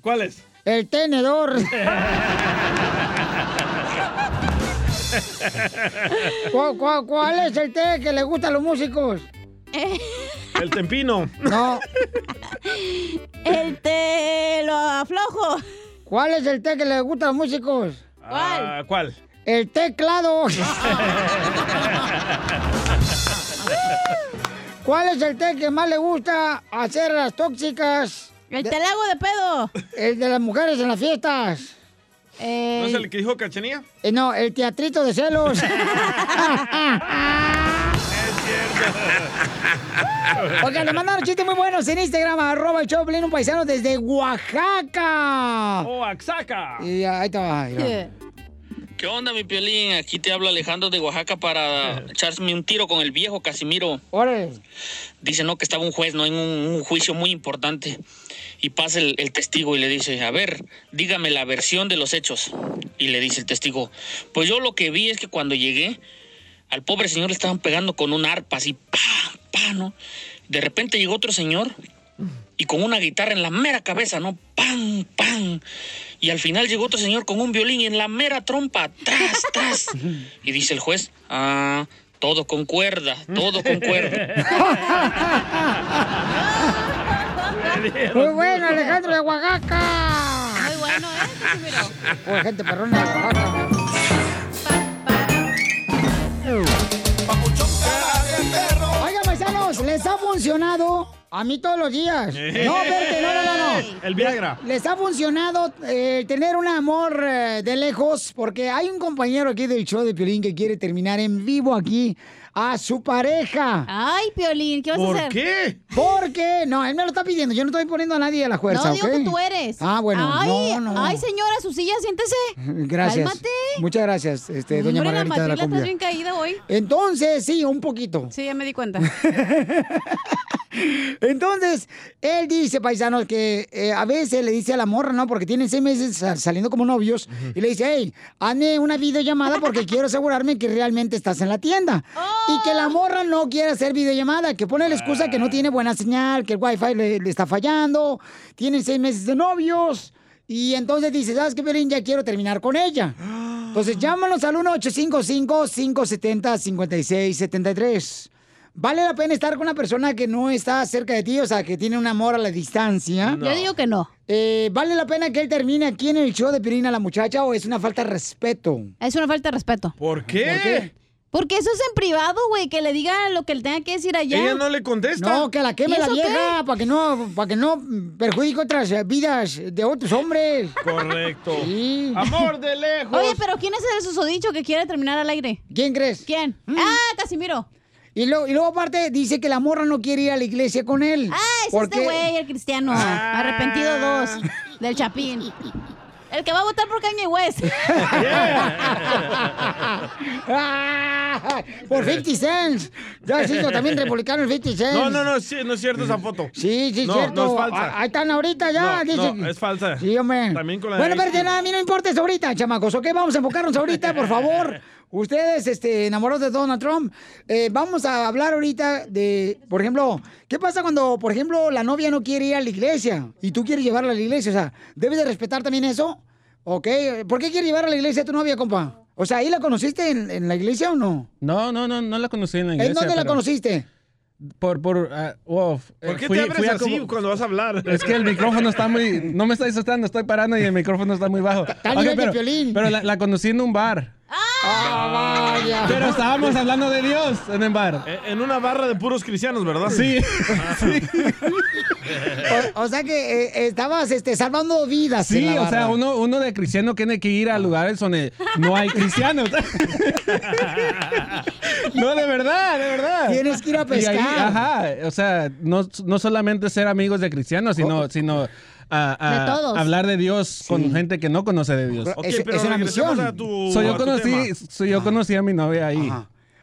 [SPEAKER 8] ¿Cuál es?
[SPEAKER 1] El tenedor. ¿Cuál, cuál, cuál es el té que le gusta a los músicos?
[SPEAKER 3] Eh.
[SPEAKER 8] El tempino.
[SPEAKER 1] No.
[SPEAKER 3] ¡El te lo aflojo!
[SPEAKER 1] ¿Cuál es el té que le gusta a los músicos?
[SPEAKER 8] Ah, ¿Cuál?
[SPEAKER 1] El teclado. ¿Cuál es el té que más le gusta hacer a las tóxicas?
[SPEAKER 3] El té lago de pedo.
[SPEAKER 1] El de las mujeres en las fiestas.
[SPEAKER 3] Eh.
[SPEAKER 8] ¿No es el que dijo Cachenía?
[SPEAKER 1] Eh, no, el teatrito de celos. Oigan, le mandaron chistes muy buenos en Instagram, arroba el Choplin, un paisano desde Oaxaca.
[SPEAKER 8] Oaxaca.
[SPEAKER 1] Y ahí está. ahí va.
[SPEAKER 16] ¿Qué onda, mi piolín? Aquí te habla Alejandro de Oaxaca para echarme un tiro con el viejo Casimiro. Dice, no, que estaba un juez, no, en un, un juicio muy importante. Y pasa el, el testigo y le dice, a ver, dígame la versión de los hechos. Y le dice el testigo, pues yo lo que vi es que cuando llegué, al pobre señor le estaban pegando con un arpa, así, pa, pa, ¿no? De repente llegó otro señor y con una guitarra en la mera cabeza, ¿no? ¡Pam, pam! Y al final llegó otro señor con un violín en la mera trompa, tras, tras. Y dice el juez, ah, todo concuerda, todo concuerda.
[SPEAKER 1] Muy bueno, Alejandro de Oaxaca. Muy bueno, ¿eh? Pues gente perrona de Oaxaca. Oigan, paisanos, les ha funcionado a mí todos los días.
[SPEAKER 8] Eh.
[SPEAKER 1] No, verte, no, no, no. no.
[SPEAKER 8] El Viagra.
[SPEAKER 1] Les ha funcionado eh, tener un amor eh, de lejos, porque hay un compañero aquí del show de Piolín que quiere terminar en vivo aquí a su pareja.
[SPEAKER 3] Ay, Piolín, ¿qué vas a hacer?
[SPEAKER 1] Porque, no, él me lo está pidiendo, yo no estoy poniendo a nadie a la fuerza,
[SPEAKER 3] no, digo
[SPEAKER 1] ¿ok?
[SPEAKER 3] que tú eres.
[SPEAKER 1] Ah, bueno,
[SPEAKER 3] Ay,
[SPEAKER 1] no, no.
[SPEAKER 3] ay, señora, su silla, siéntese.
[SPEAKER 1] Gracias.
[SPEAKER 3] Cálmate.
[SPEAKER 1] Muchas gracias, este, doña
[SPEAKER 3] Hombre, la
[SPEAKER 1] Margarita de
[SPEAKER 3] matrila
[SPEAKER 1] la
[SPEAKER 3] estás
[SPEAKER 1] Cumbia.
[SPEAKER 3] bien caída hoy.
[SPEAKER 1] Entonces, sí, un poquito.
[SPEAKER 3] Sí, ya me di cuenta.
[SPEAKER 1] Entonces, él dice, paisanos, que eh, a veces le dice a la morra, ¿no? Porque tienen seis meses sa- saliendo como novios. Y le dice, hey, hazme una videollamada porque quiero asegurarme que realmente estás en la tienda.
[SPEAKER 3] Oh.
[SPEAKER 1] Y que la morra no quiere hacer videollamada, que pone la excusa que no tiene buena señal, que el wifi le, le está fallando. Tienen seis meses de novios. Y entonces dice, ¿sabes qué, Pelín? Ya quiero terminar con ella. Entonces, llámanos al 1-855-570-5673. ¿Vale la pena estar con una persona que no está cerca de ti, o sea, que tiene un amor a la distancia?
[SPEAKER 3] No. Yo digo
[SPEAKER 1] que no. ¿Vale la pena que él termine aquí en el show de Pirina la muchacha o es una falta de respeto?
[SPEAKER 3] Es una falta de respeto.
[SPEAKER 8] ¿Por qué?
[SPEAKER 1] ¿Por qué?
[SPEAKER 3] Porque eso es en privado, güey, que le diga lo que le tenga que decir allá.
[SPEAKER 8] Ella no le contesta.
[SPEAKER 1] No, que la queme
[SPEAKER 3] ¿Y
[SPEAKER 1] la
[SPEAKER 3] eso
[SPEAKER 1] vieja para que no, para que no perjudique otras eh, vidas de otros hombres.
[SPEAKER 8] Correcto.
[SPEAKER 1] Sí.
[SPEAKER 8] Amor de lejos.
[SPEAKER 3] Oye, pero ¿quién es el susodicho que quiere terminar al aire?
[SPEAKER 1] ¿Quién crees? Mm.
[SPEAKER 3] ¿Quién? Ah, Casimiro.
[SPEAKER 1] Y, lo- y luego aparte dice que la morra no quiere ir a la iglesia con él.
[SPEAKER 3] Ah, es este güey, el cristiano. Arrepentido dos. Del Chapín. El que va a votar por Kanye West.
[SPEAKER 1] Ah, Por 50 cents. Ya se hizo también republicano el 50 cents.
[SPEAKER 8] No, no, no, sí, no es cierto esa foto.
[SPEAKER 1] Sí, sí,
[SPEAKER 8] no,
[SPEAKER 1] cierto.
[SPEAKER 8] No, es falsa.
[SPEAKER 1] Ah, Ahí están ahorita ya.
[SPEAKER 8] No,
[SPEAKER 1] dice-
[SPEAKER 8] no, es falsa.
[SPEAKER 1] Sí, hombre.
[SPEAKER 8] También con la
[SPEAKER 1] Bueno,
[SPEAKER 8] de-
[SPEAKER 1] pero nada, a mí no importa eso ahorita, chamacos. Ok, vamos a enfocarnos ahorita, por favor. Ustedes, este, enamorados de Donald Trump, eh, vamos a hablar ahorita de, por ejemplo, ¿qué pasa cuando, por ejemplo, la novia no quiere ir a la iglesia y tú quieres llevarla a la iglesia? O sea, ¿debes de respetar también eso? ¿Ok? ¿Por qué quieres llevar a la iglesia a tu novia, compa? O sea, ¿ahí la conociste en, en la iglesia o no?
[SPEAKER 17] No, no, no, no la conocí en la iglesia.
[SPEAKER 1] ¿En dónde la
[SPEAKER 17] pero
[SPEAKER 1] conociste?
[SPEAKER 17] Por, por, ah, wow, eh,
[SPEAKER 8] ¿Por qué
[SPEAKER 17] fui-
[SPEAKER 8] te abres
[SPEAKER 17] fui a
[SPEAKER 8] así
[SPEAKER 17] como-
[SPEAKER 8] cuando vas a hablar?
[SPEAKER 17] Es que el micrófono está muy, no me está asustando, estoy parando y el micrófono está muy bajo.
[SPEAKER 8] al
[SPEAKER 17] Ok,
[SPEAKER 8] nivel de
[SPEAKER 17] pero,
[SPEAKER 8] Piolín.
[SPEAKER 17] pero la, la conocí en un bar.
[SPEAKER 1] vaya.
[SPEAKER 17] Pero estábamos hablando de Dios en el bar.
[SPEAKER 8] Eh, En una barra de puros cristianos, ¿verdad?
[SPEAKER 17] Sí.
[SPEAKER 1] O, o sea que eh, estabas este, salvando vidas. en
[SPEAKER 17] Sí,
[SPEAKER 1] la
[SPEAKER 17] o sea,
[SPEAKER 1] barra.
[SPEAKER 17] uno, uno de cristiano tiene que ir a lugares donde no hay cristianos. no, de verdad, de verdad.
[SPEAKER 1] Tienes que ir a
[SPEAKER 17] Y ahí,
[SPEAKER 1] pescar.
[SPEAKER 17] ajá, o sea, no, no solamente ser amigos de cristianos, sino, sino ah, ah,
[SPEAKER 8] Oh. De todos.
[SPEAKER 17] hablar de Dios con gente que no conoce de Dios.
[SPEAKER 8] Ok, pero regresemos a tu-
[SPEAKER 17] So, yo
[SPEAKER 8] a tu
[SPEAKER 17] conocí,
[SPEAKER 8] tema.
[SPEAKER 17] so, yo conocí a mi novia ahí.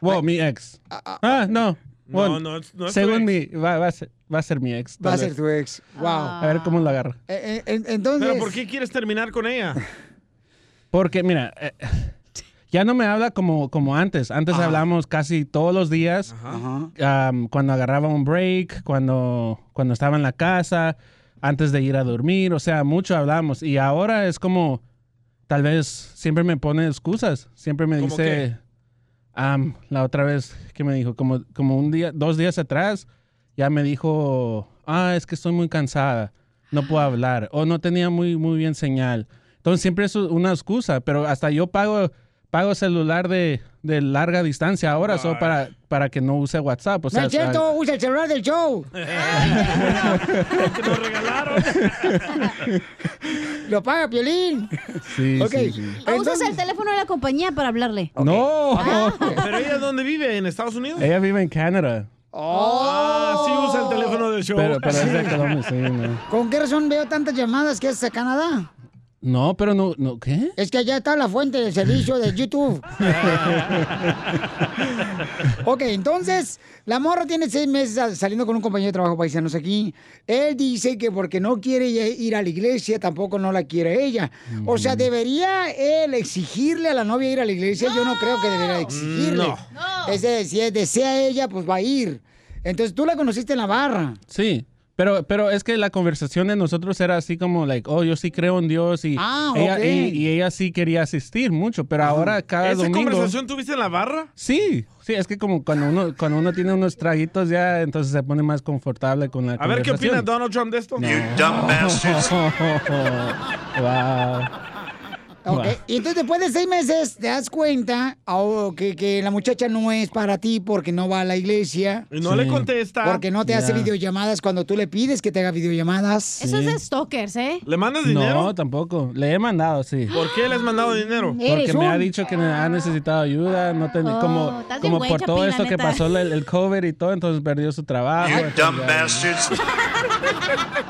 [SPEAKER 17] Wow, mi ex. Ah, no.
[SPEAKER 8] No,
[SPEAKER 17] Bueno,
[SPEAKER 8] no es- no es tu
[SPEAKER 17] según mi, va, va a ser, va a ser mi ex.
[SPEAKER 1] Va a
[SPEAKER 17] tal
[SPEAKER 1] ser
[SPEAKER 17] vez.
[SPEAKER 1] tu ex. Wow.
[SPEAKER 17] A ver cómo lo agarro.
[SPEAKER 1] Eh, eh, en- entonces.
[SPEAKER 8] Pero ¿por qué quieres terminar con ella?
[SPEAKER 17] Porque, mira, eh, ya no me habla como, como antes. Antes hablábamos casi todos los días. Am, cuando agarraba un break, cuando, cuando estaba en la casa, antes de ir a dormir. O sea, mucho hablábamos. Y ahora es como, tal vez siempre me pone excusas. Siempre me
[SPEAKER 8] ¿Cómo
[SPEAKER 17] dice,
[SPEAKER 8] qué?
[SPEAKER 17] am, Ah, la otra vez que me dijo, como, como un día, dos días atrás, ya me dijo, ah, es que estoy muy cansada, no puedo hablar, o no tenía muy, muy bien señal. Entonces siempre es una excusa, pero hasta yo pago, pago celular de, de larga distancia ahora, solo para, para que no use WhatsApp. O
[SPEAKER 1] no
[SPEAKER 17] sea,
[SPEAKER 1] es cierto, usa el celular del show. Lo paga Piolín.
[SPEAKER 17] Sí,
[SPEAKER 1] Ok.
[SPEAKER 17] sí, sí.
[SPEAKER 3] ¿O usas el teléfono de la compañía para hablarle?
[SPEAKER 17] No.
[SPEAKER 8] ¿Pero ella dónde vive? ¿En Estados Unidos?
[SPEAKER 17] Ella vive en Canadá.
[SPEAKER 1] Oh.
[SPEAKER 8] Ah, sí usa el teléfono del show.
[SPEAKER 17] Pero, pero es de Colombia, sí, no.
[SPEAKER 1] ¿Con qué razón veo tantas llamadas que haces a Canadá?
[SPEAKER 17] No, pero no, no ¿qué?
[SPEAKER 1] Es que allá está la fuente del servicio de YouTube. Ok, entonces, la morra tiene seis meses sal- saliendo con un compañero de trabajo paisanos aquí. Él dice que porque no quiere ye- ir a la iglesia, tampoco no la quiere ella. O sea, ¿debería él exigirle a la novia ir a la iglesia? Yo no creo que debería exigirle.
[SPEAKER 8] No.
[SPEAKER 1] Es de- si es- desea ella, pues va a ir. Entonces, tú la conociste en la barra.
[SPEAKER 17] Sí. Pero, pero es que la conversación de nosotros era así como, like, oh, yo sí creo en Dios y,
[SPEAKER 8] Ah,
[SPEAKER 17] ella,
[SPEAKER 8] ok.
[SPEAKER 17] y, y ella sí quería asistir mucho, pero ahora cada
[SPEAKER 8] ¿Esa
[SPEAKER 17] domingo...
[SPEAKER 8] conversación tuviste en la barra?
[SPEAKER 17] Sí, sí, es que como cuando uno, cuando uno tiene unos traguitos ya, entonces se pone más confortable con la
[SPEAKER 8] A ver qué opina
[SPEAKER 17] conversación.
[SPEAKER 8] Donald Trump de esto.
[SPEAKER 17] wow.
[SPEAKER 1] Ok, Y entonces después de seis meses te das cuenta oh, que, que la muchacha no es para ti porque no va a la iglesia.
[SPEAKER 8] Y no Sí. le contesta.
[SPEAKER 1] Porque no te hace
[SPEAKER 8] Ya.
[SPEAKER 1] videollamadas cuando tú le pides que te haga videollamadas.
[SPEAKER 3] Eso es de stalkers, ¿eh?
[SPEAKER 8] ¿Le mandas
[SPEAKER 17] No,
[SPEAKER 8] dinero?
[SPEAKER 17] tampoco. Le he mandado, sí.
[SPEAKER 8] ¿Por qué le has mandado dinero?
[SPEAKER 17] Porque me ha dicho que ha necesitado ayuda, no ten-
[SPEAKER 8] Oh,
[SPEAKER 17] como,
[SPEAKER 8] estás bien
[SPEAKER 17] como
[SPEAKER 8] buen
[SPEAKER 17] por todo
[SPEAKER 8] chapín, la
[SPEAKER 17] esto que
[SPEAKER 8] neta.
[SPEAKER 17] pasó el, el COVID y todo, entonces perdió su trabajo.
[SPEAKER 9] You dumb
[SPEAKER 17] entonces ya-
[SPEAKER 9] bastards.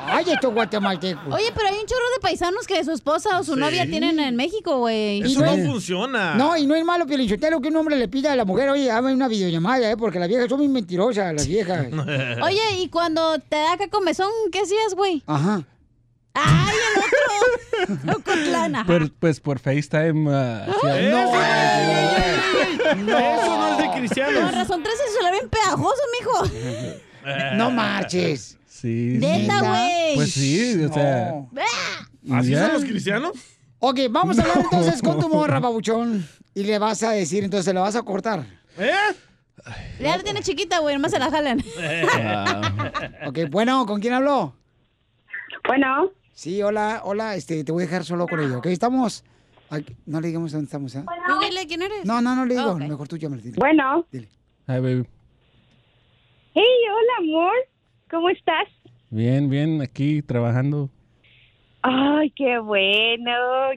[SPEAKER 1] Ay, estos guatemaltecos.
[SPEAKER 3] Oye, pero hay un chorro de paisanos que su esposa o su
[SPEAKER 8] Sí.
[SPEAKER 3] novia tienen en México, güey.
[SPEAKER 8] Eso no funciona.
[SPEAKER 1] No, y no es malo, Pielinchotelo, que un hombre le pida a la mujer, oye, hazme una videollamada, ¿eh? porque las viejas son muy mentirosas, las viejas.
[SPEAKER 3] Oye, y cuando te da acá comezón, ¿qué hacías, güey?
[SPEAKER 1] Ajá.
[SPEAKER 3] Ocotlana.
[SPEAKER 17] Por- pues por FaceTime. ah, hacía-
[SPEAKER 8] No. Eso no es de cristianos.
[SPEAKER 3] Con razón, tres se le ven pegajoso, mijo.
[SPEAKER 1] No marches.
[SPEAKER 17] Sí.
[SPEAKER 3] Neta,
[SPEAKER 17] sí.
[SPEAKER 3] güey.
[SPEAKER 17] Pues sí, o sea.
[SPEAKER 8] ¿Así
[SPEAKER 17] ya.
[SPEAKER 8] son los cristianos?
[SPEAKER 1] Ok, vamos a hablar entonces con tu morra, babuchón. Y le vas a decir, entonces la vas a cortar.
[SPEAKER 8] ¿Eh?
[SPEAKER 3] Ya la tiene chiquita, güey, nomás se la jalan.
[SPEAKER 11] Ah.
[SPEAKER 1] Ok, bueno, ¿con quién habló?
[SPEAKER 13] Bueno.
[SPEAKER 1] Sí, hola, hola, este, te voy a dejar solo con ella, ¿ok? Estamos. aquí- no le digamos dónde estamos, ¿ah?
[SPEAKER 3] Tú dile quién eres.
[SPEAKER 1] No, no, no le digo.
[SPEAKER 3] Ok.
[SPEAKER 1] Mejor tú llámale. dile.
[SPEAKER 13] Bueno.
[SPEAKER 17] Ay, baby.
[SPEAKER 13] Hey, hola, amor. ¿Cómo estás?
[SPEAKER 17] Bien, bien, aquí trabajando.
[SPEAKER 13] Ay, qué bueno.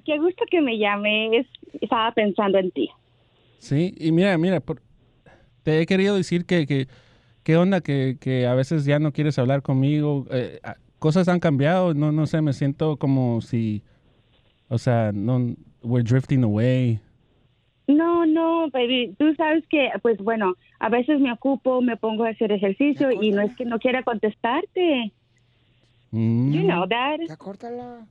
[SPEAKER 13] Qué gusto que me llames. Estaba pensando en ti.
[SPEAKER 17] Sí, y mira, mira, por- te he querido decir que, que qué onda que, que a veces ya no quieres hablar conmigo. eh, ah, cosas han cambiado, no, no sé, me siento como si, o sea, no, we're drifting away.
[SPEAKER 13] No, no, baby. Tú sabes que, pues bueno, a veces me ocupo, me pongo a hacer ejercicio y no es que no quiera contestarte.
[SPEAKER 17] Mm.
[SPEAKER 13] You know that.
[SPEAKER 1] Ya "Ah, córtala.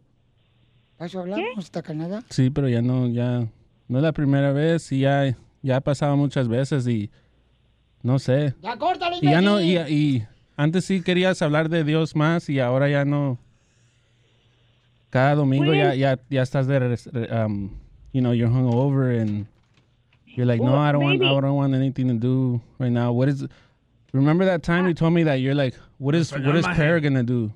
[SPEAKER 1] ¿Para eso hablamos? ¿Está Canadá?
[SPEAKER 17] Sí, pero ya no, ya no es la primera vez y ya, ya ha pasado muchas veces y no sé.
[SPEAKER 1] Ya córtala,
[SPEAKER 17] Y ya no, y,
[SPEAKER 1] imbécil.
[SPEAKER 17] y antes sí querías hablar de Dios más y ahora ya no. Cada domingo ya,
[SPEAKER 13] Pues-
[SPEAKER 17] ya, ya estás de, res- re- um, you know, you're hungover and you're like, no,
[SPEAKER 13] Well,
[SPEAKER 17] I don't want, I
[SPEAKER 13] maybe-
[SPEAKER 17] don't want anything to do right now. What is, remember that
[SPEAKER 13] Ah.
[SPEAKER 17] time you told me that you're like, what is, what is prayer gonna do?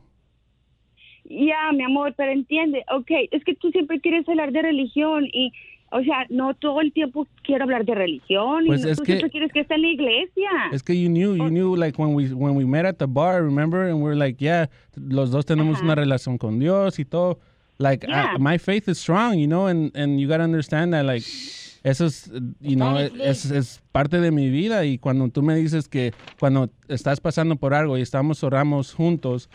[SPEAKER 13] Ya, mi amor, pero entiende, ok, es que tú siempre quieres hablar de religión y, o sea, no todo el tiempo quiero hablar de religión
[SPEAKER 17] Pues
[SPEAKER 13] y no,
[SPEAKER 17] es
[SPEAKER 13] tú
[SPEAKER 17] que-
[SPEAKER 13] siempre quieres que esté en la iglesia.
[SPEAKER 17] Es que you knew, you knew, like when we when we met at the bar, remember, and we're like, yeah, los dos tenemos una relación con Dios y todo. Like I-
[SPEAKER 13] Yeah.
[SPEAKER 17] my faith is strong, you know, and and you gotta understand that, like, eso es, you know, es, es parte de mi vida y cuando tú me dices que cuando estás pasando por algo y estamos oramos juntos.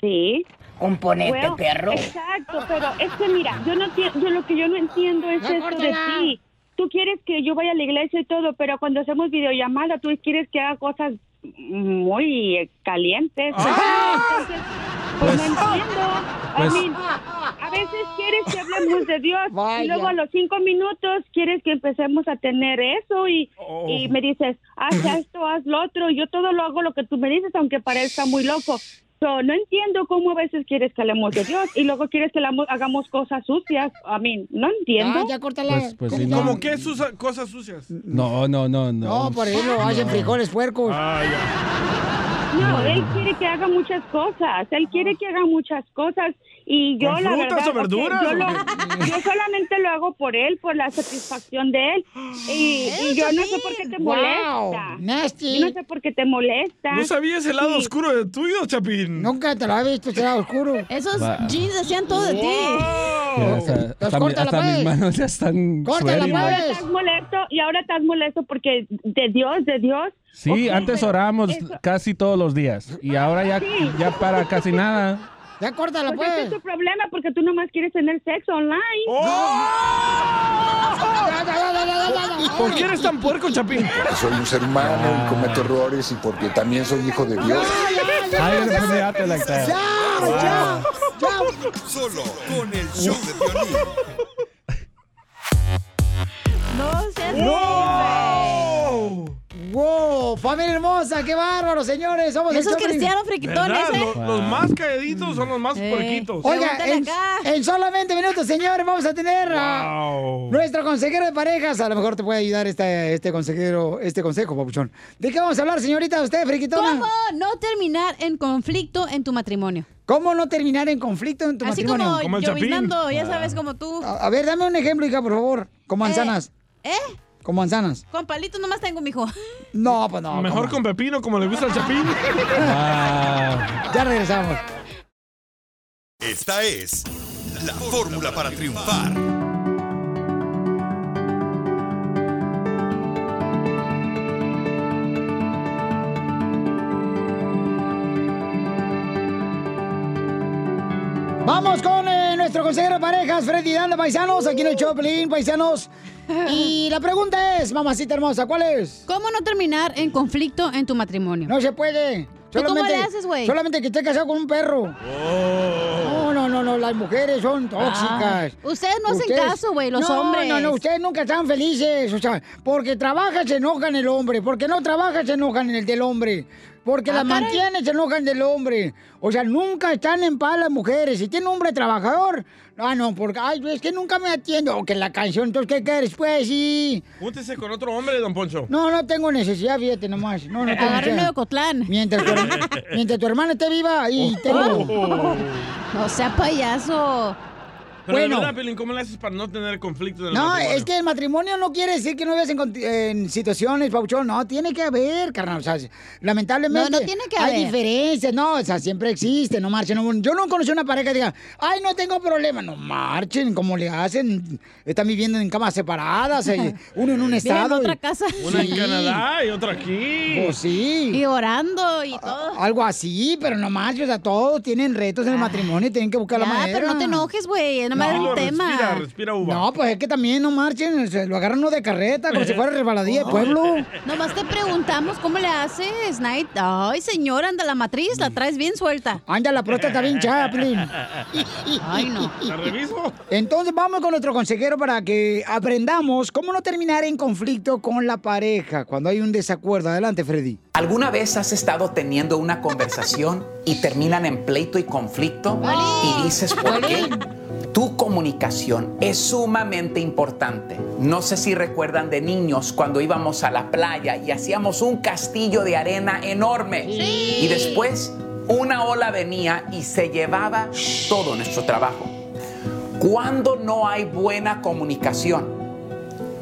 [SPEAKER 13] Sí.
[SPEAKER 17] Componente,
[SPEAKER 13] Bueno, Exacto, pero es que mira, yo no tie- yo lo que yo no entiendo es
[SPEAKER 1] Ya,
[SPEAKER 13] eso de
[SPEAKER 1] córtala.
[SPEAKER 13] ti. Tú quieres que yo vaya a la iglesia y todo, pero cuando hacemos videollamada tú quieres que haga cosas muy eh, calientes. Entonces, pues, no entiendo.
[SPEAKER 17] pues-
[SPEAKER 13] I mean, a veces quieres que hablemos de Dios
[SPEAKER 1] Vaya.
[SPEAKER 13] y luego a los cinco minutos quieres que empecemos a tener eso y, y me dices, haz esto, haz lo otro. Yo todo lo hago lo que tú me dices, aunque parezca muy loco. So, no entiendo cómo a veces quieres que hablemos de Dios y luego quieres que hagamos- hagamos cosas sucias. A mí, no entiendo.
[SPEAKER 1] Ah, ya córtala.
[SPEAKER 17] Pues- pues sí,
[SPEAKER 8] ¿Cómo,
[SPEAKER 17] no.
[SPEAKER 8] cómo qué susa- cosas sucias?
[SPEAKER 17] No, no, no, no.
[SPEAKER 1] No, por ejemplo, hacen frijoles puercos.
[SPEAKER 8] Ah.
[SPEAKER 13] No, él quiere que haga muchas cosas, él quiere que haga muchas cosas Y yo,
[SPEAKER 8] ¿Con
[SPEAKER 13] la
[SPEAKER 8] frutas
[SPEAKER 13] verdad,
[SPEAKER 8] o verduras,
[SPEAKER 13] yo,
[SPEAKER 8] o
[SPEAKER 13] lo-
[SPEAKER 8] qué?
[SPEAKER 13] yo solamente lo hago por él, por la satisfacción de él. Y, y yo no sé por qué te
[SPEAKER 8] Wow,
[SPEAKER 13] molesta. Yo no sé por qué te molesta.
[SPEAKER 8] ¿No sabías el lado
[SPEAKER 13] Y-
[SPEAKER 8] oscuro de tuyo, Chapín?
[SPEAKER 1] Nunca te lo había visto ese lado oscuro.
[SPEAKER 3] Esos
[SPEAKER 17] Va.
[SPEAKER 3] jeans decían todo de ti.
[SPEAKER 17] Mira, hasta- hasta mi-
[SPEAKER 1] córtala,
[SPEAKER 17] hasta mis
[SPEAKER 1] pues.
[SPEAKER 17] manos ya están sweaty,
[SPEAKER 13] Ahora
[SPEAKER 17] güey.
[SPEAKER 13] estás molesto y ahora estás molesto porque de Dios, de Dios.
[SPEAKER 17] Sí, antes orábamos casi todos los días y ahora ya, ya para casi nada.
[SPEAKER 1] Ya córtala,
[SPEAKER 13] pues. Ese es tu problema porque tú nomás quieres tener sexo online.
[SPEAKER 8] ¡Oh! ¿Por qué eres tan puerco, Chapín?
[SPEAKER 18] Porque soy un ser humano y cometo errores y porque también soy hijo de Dios.
[SPEAKER 17] I never really acted like that.
[SPEAKER 18] ya,
[SPEAKER 4] Solo con el show de Piolín.
[SPEAKER 3] No seas
[SPEAKER 1] ¡Wow! ¡Wow! ¡Familia hermosa! ¡Qué bárbaro, señores! Somos
[SPEAKER 3] Esos
[SPEAKER 1] Choplin.
[SPEAKER 3] cristianos friquitones,
[SPEAKER 8] ¿Verdad?
[SPEAKER 3] ¿eh?
[SPEAKER 8] Los, los más caeditos son los más puerquitos.
[SPEAKER 1] Eh. Oiga, en, en solamente minutos, señores, vamos a tener a
[SPEAKER 8] Wow.
[SPEAKER 1] nuestro consejero de parejas. A lo mejor te puede ayudar este, este consejero, este consejo, papuchón. ¿De qué vamos a hablar, señorita, usted, friquitona?
[SPEAKER 3] ¿Cómo no terminar en conflicto en tu matrimonio?
[SPEAKER 1] ¿Cómo no terminar en conflicto en tu
[SPEAKER 3] Así
[SPEAKER 1] matrimonio? Ah.
[SPEAKER 3] como, llovinando, ya sabes, como tú.
[SPEAKER 1] A, a ver, dame un ejemplo, hija, por favor. Con manzanas.
[SPEAKER 3] ¿Eh?
[SPEAKER 1] Con manzanas.
[SPEAKER 3] Con palitos nomás tengo, mijo.
[SPEAKER 1] No, pues no.
[SPEAKER 8] Mejor
[SPEAKER 1] ¿cómo?
[SPEAKER 8] con pepino, como le gusta al Chapín.
[SPEAKER 17] Ah.
[SPEAKER 1] Ya regresamos.
[SPEAKER 4] Esta es la fórmula para triunfar.
[SPEAKER 1] Vamos con eh, nuestro consejero de parejas, Freddy Danda, paisanos, aquí en el Choplin, paisanos. Y la pregunta es, mamacita hermosa, ¿cuál es?
[SPEAKER 3] ¿Cómo no terminar en conflicto en tu matrimonio?
[SPEAKER 1] No se puede.
[SPEAKER 3] ¿Tú cómo
[SPEAKER 1] Solamente-
[SPEAKER 3] le haces, güey?
[SPEAKER 1] Solamente que esté casado con un perro. No, no, no, no, las mujeres son tóxicas.
[SPEAKER 3] Ah, ustedes no hacen caso, güey, los
[SPEAKER 1] No,
[SPEAKER 3] hombres.
[SPEAKER 1] No, no, ustedes nunca están felices, o sea, porque trabaja se enojan el hombre, porque no trabaja se enojan el del hombre, porque
[SPEAKER 3] Ah,
[SPEAKER 1] las
[SPEAKER 3] caray.
[SPEAKER 1] mantiene se enojan del hombre. O sea, nunca están en paz las mujeres. Si tiene un hombre trabajador, ah, no, porque, ay, es que nunca me atiendo. O que la canción, entonces, ¿qué quieres? Pues sí.
[SPEAKER 8] Júntese con otro hombre, don Poncho.
[SPEAKER 1] No, no tengo necesidad, fíjate nomás. No, no tengo
[SPEAKER 8] Agarra
[SPEAKER 1] necesidad.
[SPEAKER 8] uno de
[SPEAKER 3] Cotlán. Oh.
[SPEAKER 1] Mientras tu, herma- mientras tu hermana esté viva y tengo...
[SPEAKER 3] No sea payaso.
[SPEAKER 8] Pero de
[SPEAKER 1] Bueno.
[SPEAKER 8] verdad, Pelín, ¿cómo le haces para no tener conflicto en el
[SPEAKER 1] No,
[SPEAKER 8] matrimonio?
[SPEAKER 1] es que el matrimonio no quiere decir que no vives en, conti- en situaciones, Pauchón. No, tiene que haber, carnal. O sea, lamentablemente.
[SPEAKER 3] No, no tiene que
[SPEAKER 1] Hay
[SPEAKER 3] haber.
[SPEAKER 1] diferencias, no, o sea, siempre existe, no marchen. no- yo no conocí una pareja que diga, ay, no tengo problema. No marchen, como le hacen. Están viviendo en camas separadas, eh, uno en un estado.
[SPEAKER 3] otra
[SPEAKER 1] y-
[SPEAKER 3] casa.
[SPEAKER 8] Una
[SPEAKER 1] Sí.
[SPEAKER 8] en Canadá y otra aquí.
[SPEAKER 1] Pues sí.
[SPEAKER 3] Y orando y todo. Ah.
[SPEAKER 1] Algo así, pero no marchen, o sea, todos tienen retos en el matrimonio y tienen que buscar la
[SPEAKER 3] Ya,
[SPEAKER 1] manera.
[SPEAKER 3] pero no te enojes, güey. No me hagas un tema.
[SPEAKER 1] No, pues es que también no marchen, se lo agarran uno de carreta, como si fuera resbaladilla de pueblo.
[SPEAKER 3] Nomás te preguntamos cómo le haces, Night. Ay, señora, anda la matriz, la traes bien suelta.
[SPEAKER 1] Anda, la próstata bien chaplin.
[SPEAKER 3] Ay, no.
[SPEAKER 8] ¿La reviso?
[SPEAKER 1] Entonces vamos con nuestro consejero para que aprendamos cómo no terminar en conflicto con la pareja cuando hay un desacuerdo. Adelante, Freddy.
[SPEAKER 19] ¿Alguna vez has estado teniendo una conversación y terminan en pleito y conflicto? Y dices, ¿por qué? Tu comunicación es sumamente importante. No sé si recuerdan de niños cuando íbamos a la playa y hacíamos un castillo de arena enorme. Y después una ola venía y se llevaba todo nuestro trabajo. Cuando no hay buena comunicación,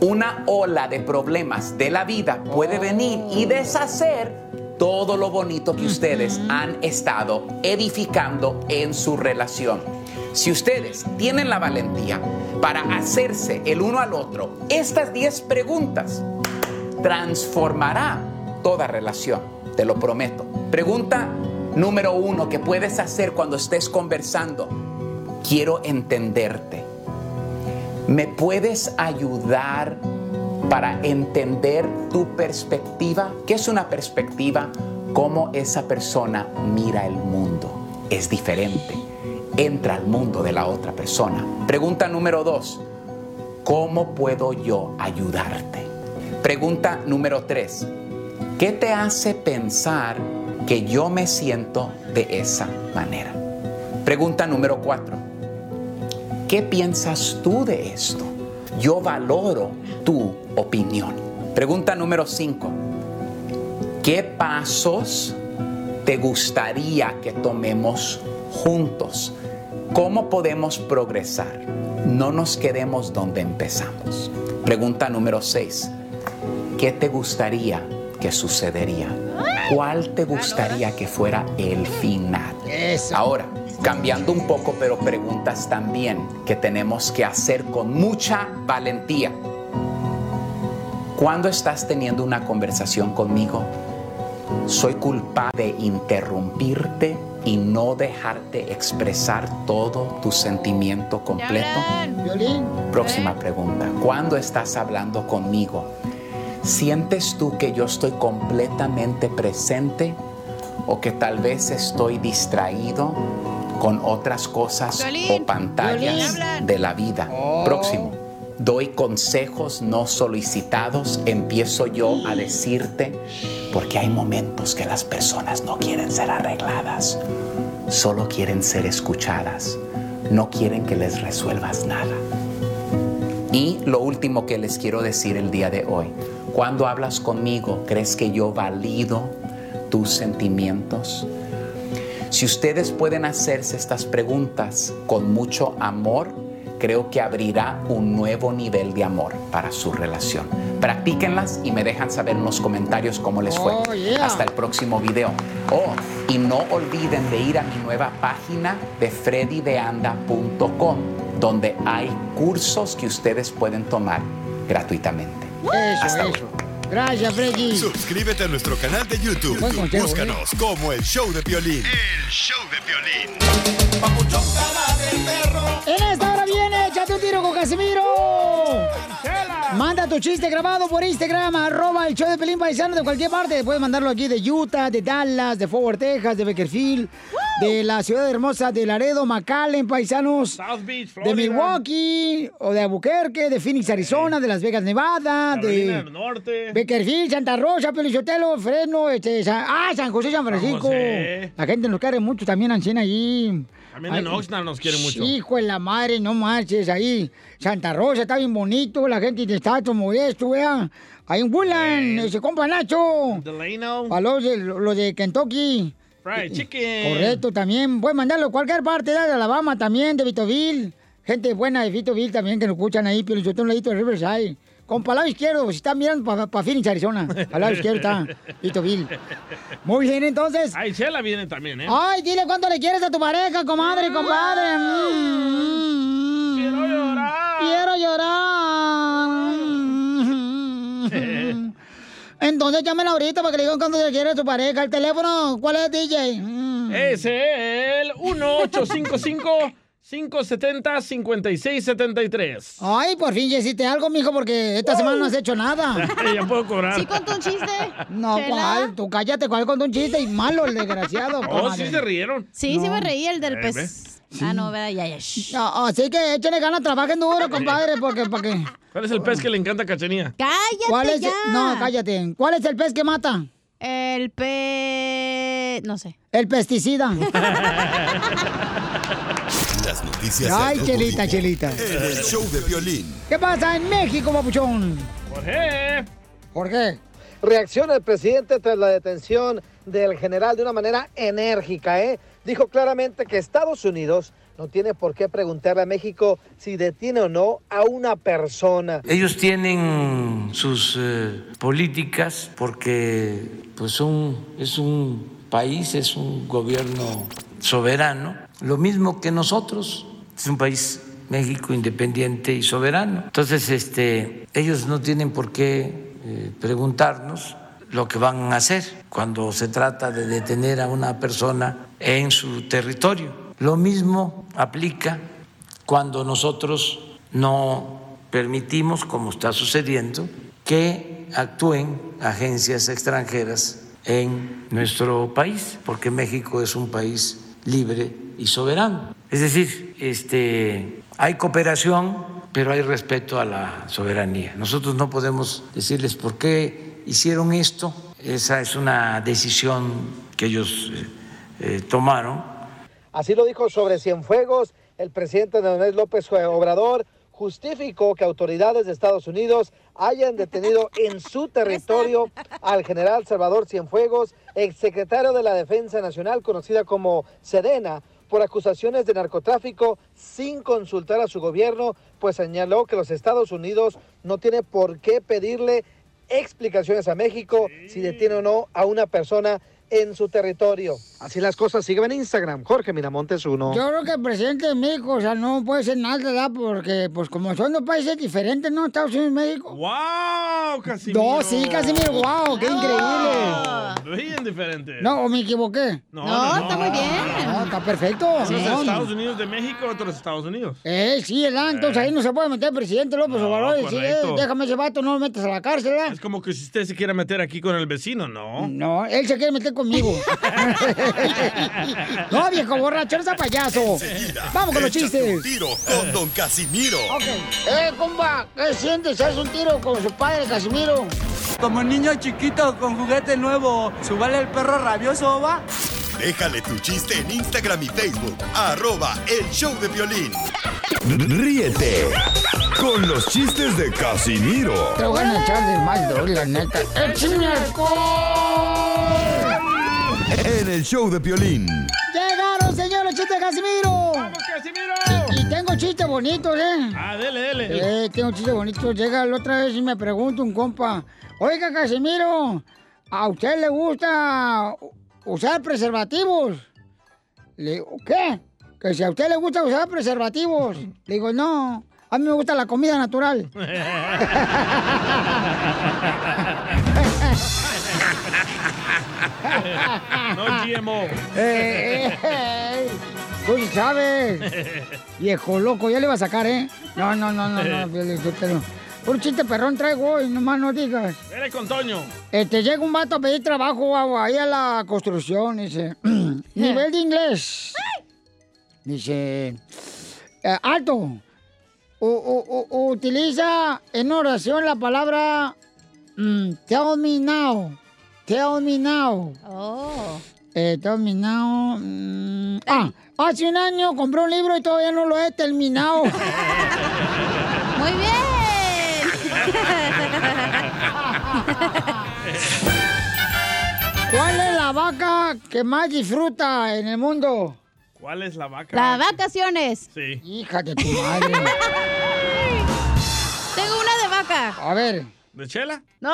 [SPEAKER 19] una ola de problemas de la vida puede venir y deshacer todo lo bonito que ustedes han estado edificando en su relación. Si ustedes tienen la valentía para hacerse el uno al otro estas 10 preguntas, transformará toda relación, te lo prometo. Pregunta número uno que puedes hacer cuando estés conversando. Quiero entenderte. ¿Me puedes ayudar para entender tu perspectiva? ¿Qué es una perspectiva? Cómo esa persona mira el mundo. Es diferente. Entra al mundo de la otra persona. Pregunta número dos. ¿Cómo puedo yo ayudarte? Pregunta número tres. ¿Qué te hace pensar que yo me siento de esa manera? Pregunta número cuatro. ¿Qué piensas tú de esto? Yo valoro tu opinión. Pregunta número 5. ¿Qué pasos te gustaría que tomemos juntos? ¿Cómo podemos progresar? No nos quedemos donde empezamos. Pregunta número 6. ¿Qué te gustaría que sucedería? ¿Cuál te gustaría que fuera el final? Ahora, cambiando un poco, pero preguntas también que tenemos que hacer con mucha valentía. Cuando estás teniendo una conversación conmigo, soy culpable de interrumpirte y no dejarte expresar todo tu sentimiento completo. Próxima pregunta. Cuando estás hablando conmigo, ¿sientes tú que yo estoy completamente presente o que tal vez estoy distraído con otras cosas o pantallas de la vida? Próximo. Doy consejos no solicitados, empiezo yo a decirte, porque hay momentos que las personas no quieren ser arregladas, solo quieren ser escuchadas, no quieren que les resuelvas nada. Y lo último que les quiero decir el día de hoy, cuando hablas conmigo, ¿crees que yo valido tus sentimientos? Si ustedes pueden hacerse estas preguntas con mucho amor, creo que abrirá un nuevo nivel de amor para su relación. Practíquenlas y me dejan saber en los comentarios cómo les fue.
[SPEAKER 11] Oh, yeah.
[SPEAKER 19] Hasta el próximo video. Oh, y no olviden de ir a mi nueva página de freddydeanda.com, donde hay cursos que ustedes pueden tomar gratuitamente. Hasta
[SPEAKER 1] Eso,
[SPEAKER 19] luego.
[SPEAKER 1] eso. Gracias, Freddy.
[SPEAKER 4] Suscríbete a nuestro canal de YouTube.
[SPEAKER 1] Buen consejo, ¿eh?
[SPEAKER 4] Búscanos como el show de Piolín. El show de Piolín.
[SPEAKER 1] En esta hora viene, échate un tiro con Casimiro. Manda tu chiste grabado por Instagram, arroba el show de Pelín Paisano de cualquier parte. Puedes mandarlo aquí de Utah, de Dallas, de Fort Worth, Texas, de Bakersfield, de la ciudad hermosa de Laredo, McAllen, paisanos.
[SPEAKER 8] South Beach,
[SPEAKER 1] de
[SPEAKER 8] Florida.
[SPEAKER 1] Milwaukee, o de Albuquerque, de Phoenix, Arizona, de Las Vegas, Nevada,
[SPEAKER 8] Carolina
[SPEAKER 1] de
[SPEAKER 8] del Norte.
[SPEAKER 1] Beckerfield, Santa Rosa, Pelizotelo, Fresno, este, Sa- ah, San José, San Francisco.
[SPEAKER 8] José.
[SPEAKER 1] La gente nos quiere mucho también, Ancina, allí.
[SPEAKER 8] También en
[SPEAKER 1] Ay,
[SPEAKER 8] Oxnard nos quiere mucho.
[SPEAKER 1] Hijo de la madre, no marches ahí. Santa Rosa está bien bonito, la gente de Estatus Modesto, vea. Ahí en Woodland, ese compa Nacho.
[SPEAKER 8] Delano.
[SPEAKER 1] Para los de, los de Kentucky.
[SPEAKER 8] Fried chicken.
[SPEAKER 1] Correcto, también. Pueden mandarlo a cualquier parte, de Alabama también, de Vitoville. Gente buena de Vitoville también que nos escuchan ahí, pero yo tengo un ladito de Riverside. Con palado izquierdo, si están mirando para Phoenix, Arizona. Al lado izquierdo está Vitoville. Muy bien, entonces.
[SPEAKER 8] Ay, Chela viene también, ¿eh? Mm.
[SPEAKER 1] Ay, dile cuánto le quieres a tu pareja, comadre, compadre. Quiero llorar. Quiero llorar. Entonces llámenla ahorita para que le digan cuánto le quiere a tu pareja. El teléfono, ¿cuál es, Mm. DJ?
[SPEAKER 8] Es el 1855 570 5673.
[SPEAKER 1] Ay, por fin ya hiciste algo, mijo, porque esta semana no has hecho nada.
[SPEAKER 8] ya puedo cobrar.
[SPEAKER 1] contó un chiste? No,
[SPEAKER 3] Chela.
[SPEAKER 1] ¿cuál? Tú cállate, ¿cuál contó un chiste? Y malo, el desgraciado.
[SPEAKER 8] Oh, sí se rieron.
[SPEAKER 3] Sí, sí me reí el del
[SPEAKER 8] Eh,
[SPEAKER 3] pez.
[SPEAKER 8] ¿ves?
[SPEAKER 3] Ah, no, vea, ya, ya. shh.
[SPEAKER 1] No, así que échenle ganas, trabajen duro, compadre, porque para qué.
[SPEAKER 8] ¿Cuál es el pez que le encanta a Cachenía?
[SPEAKER 3] Cállate
[SPEAKER 1] ¿Cuál es?
[SPEAKER 3] ya.
[SPEAKER 1] No, cállate. ¿Cuál es el pez que mata?
[SPEAKER 3] El pez... No sé.
[SPEAKER 1] El pesticida.
[SPEAKER 4] Las noticias.
[SPEAKER 1] Ay,
[SPEAKER 4] del
[SPEAKER 1] chelita,
[SPEAKER 4] vivo
[SPEAKER 1] chelita.
[SPEAKER 4] En el show de Piolín.
[SPEAKER 1] ¿Qué pasa en México, papuchón?
[SPEAKER 8] Jorge.
[SPEAKER 1] Jorge.
[SPEAKER 5] Reacciona el presidente tras la detención del general de una manera enérgica, ¿eh? Dijo claramente que Estados Unidos no tiene por qué preguntarle a México si detiene o no a una persona.
[SPEAKER 20] Ellos tienen sus eh, políticas porque pues son, es un país, es un gobierno soberano, lo mismo que nosotros. Es un país México independiente y soberano. Entonces, este, ellos no tienen por qué eh, preguntarnos lo que van a hacer cuando se trata de detener a una persona en su territorio. Lo mismo aplica cuando nosotros no permitimos, como está sucediendo, que actúen agencias extranjeras en nuestro país, porque México es un país libre y soberano. Es decir, este, hay cooperación, pero hay respeto a la soberanía. Nosotros no podemos decirles por qué hicieron esto. Esa es una decisión que ellos eh, eh, tomaron
[SPEAKER 5] Así lo dijo sobre Cienfuegos, el presidente Leonel López Obrador justificó que autoridades de Estados Unidos hayan detenido en su territorio al general Salvador Cienfuegos, exsecretario de la Defensa Nacional conocida como Sedena, por acusaciones de narcotráfico sin consultar a su gobierno, pues señaló que los Estados Unidos no tiene por qué pedirle explicaciones a México si detiene o no a una persona en su territorio. Así las cosas, sígueme en Instagram, Jorge Miramontes uno.
[SPEAKER 1] Yo creo que el presidente de México, o sea, no puede ser nada, ¿verdad? Porque, pues, como son dos países diferentes, ¿no? Estados Unidos y México.
[SPEAKER 8] ¡Wow, Casimiro!
[SPEAKER 1] No, sí, Casimiro, wow, qué increíble.
[SPEAKER 8] Bien diferente.
[SPEAKER 1] No, ¿o me equivoqué?
[SPEAKER 8] No, No,
[SPEAKER 1] Oh,
[SPEAKER 8] no, está no, muy no, bien.
[SPEAKER 1] No, está perfecto.
[SPEAKER 8] Uno es
[SPEAKER 1] No,
[SPEAKER 8] Estados Unidos de México, otro es Estados Unidos.
[SPEAKER 1] Eh, sí, el entonces ahí no se puede meter el presidente López Obrador y decir, eh,
[SPEAKER 8] correcto.
[SPEAKER 1] déjame ese vato, no lo metas a la cárcel, ¿verdad?
[SPEAKER 8] Es como que si usted se quiera meter aquí con el vecino, ¿no?
[SPEAKER 1] No, él se quiere meter conmigo. no, viejo borracho, eres payaso. Vamos con los
[SPEAKER 4] Échate
[SPEAKER 1] chistes.
[SPEAKER 4] Un tiro con Don Casimiro.
[SPEAKER 1] Ok. Eh, compa, ¿qué sientes? ¿Haz un tiro con su padre, Casimiro?
[SPEAKER 6] Como niño chiquito con juguete nuevo, ¿subale el perro rabioso va?
[SPEAKER 4] Déjale tu chiste en Instagram y Facebook. Arroba el show de violín. Ríete con los chistes de Casimiro.
[SPEAKER 1] Te voy a echar de mal, bro, la neta. ¡Eh, ¡Échame alcohol!
[SPEAKER 4] En el show de violín.
[SPEAKER 1] Llegaron, señor, los chistes de Casimiro. ¡Vamos, Casimiro! Y, y tengo chistes bonitos, ¿eh?
[SPEAKER 8] Ah, dele, dele.
[SPEAKER 1] Eh, tengo chistes bonitos. Llega la otra vez y me pregunta un compa. Oiga, Casimiro, ¿a usted le gusta u- usar preservativos? Le digo, ¿qué? Que si a usted le gusta usar preservativos. Le digo, no, a mí me gusta la comida natural.
[SPEAKER 8] No GMO.
[SPEAKER 1] Eh, eh, eh. Tú sí sabes. Viejo loco, ya le va a sacar, ¿eh? No, no, no, no, no, Piolín, yo te lo- Un chiste perrón traigo hoy, nomás no digas.
[SPEAKER 8] Eres con Toño.
[SPEAKER 1] Este, llega un vato a pedir trabajo a- ahí a la construcción, dice. Nivel de inglés. Dice. eh, alto. U- u- u- utiliza en oración la palabra mm, tell me now. Tell me now.
[SPEAKER 3] Oh.
[SPEAKER 1] Eh, terminado. mm, ah, hace un año compré un libro y todavía no lo he terminado.
[SPEAKER 3] Muy bien.
[SPEAKER 1] ¿Cuál es la vaca que más disfruta en el mundo?
[SPEAKER 8] ¿Cuál es la vaca?
[SPEAKER 3] Las vacaciones.
[SPEAKER 8] Sí.
[SPEAKER 1] Hija de tu madre.
[SPEAKER 3] Tengo una de vaca.
[SPEAKER 1] A ver.
[SPEAKER 8] ¿De chela?
[SPEAKER 3] No.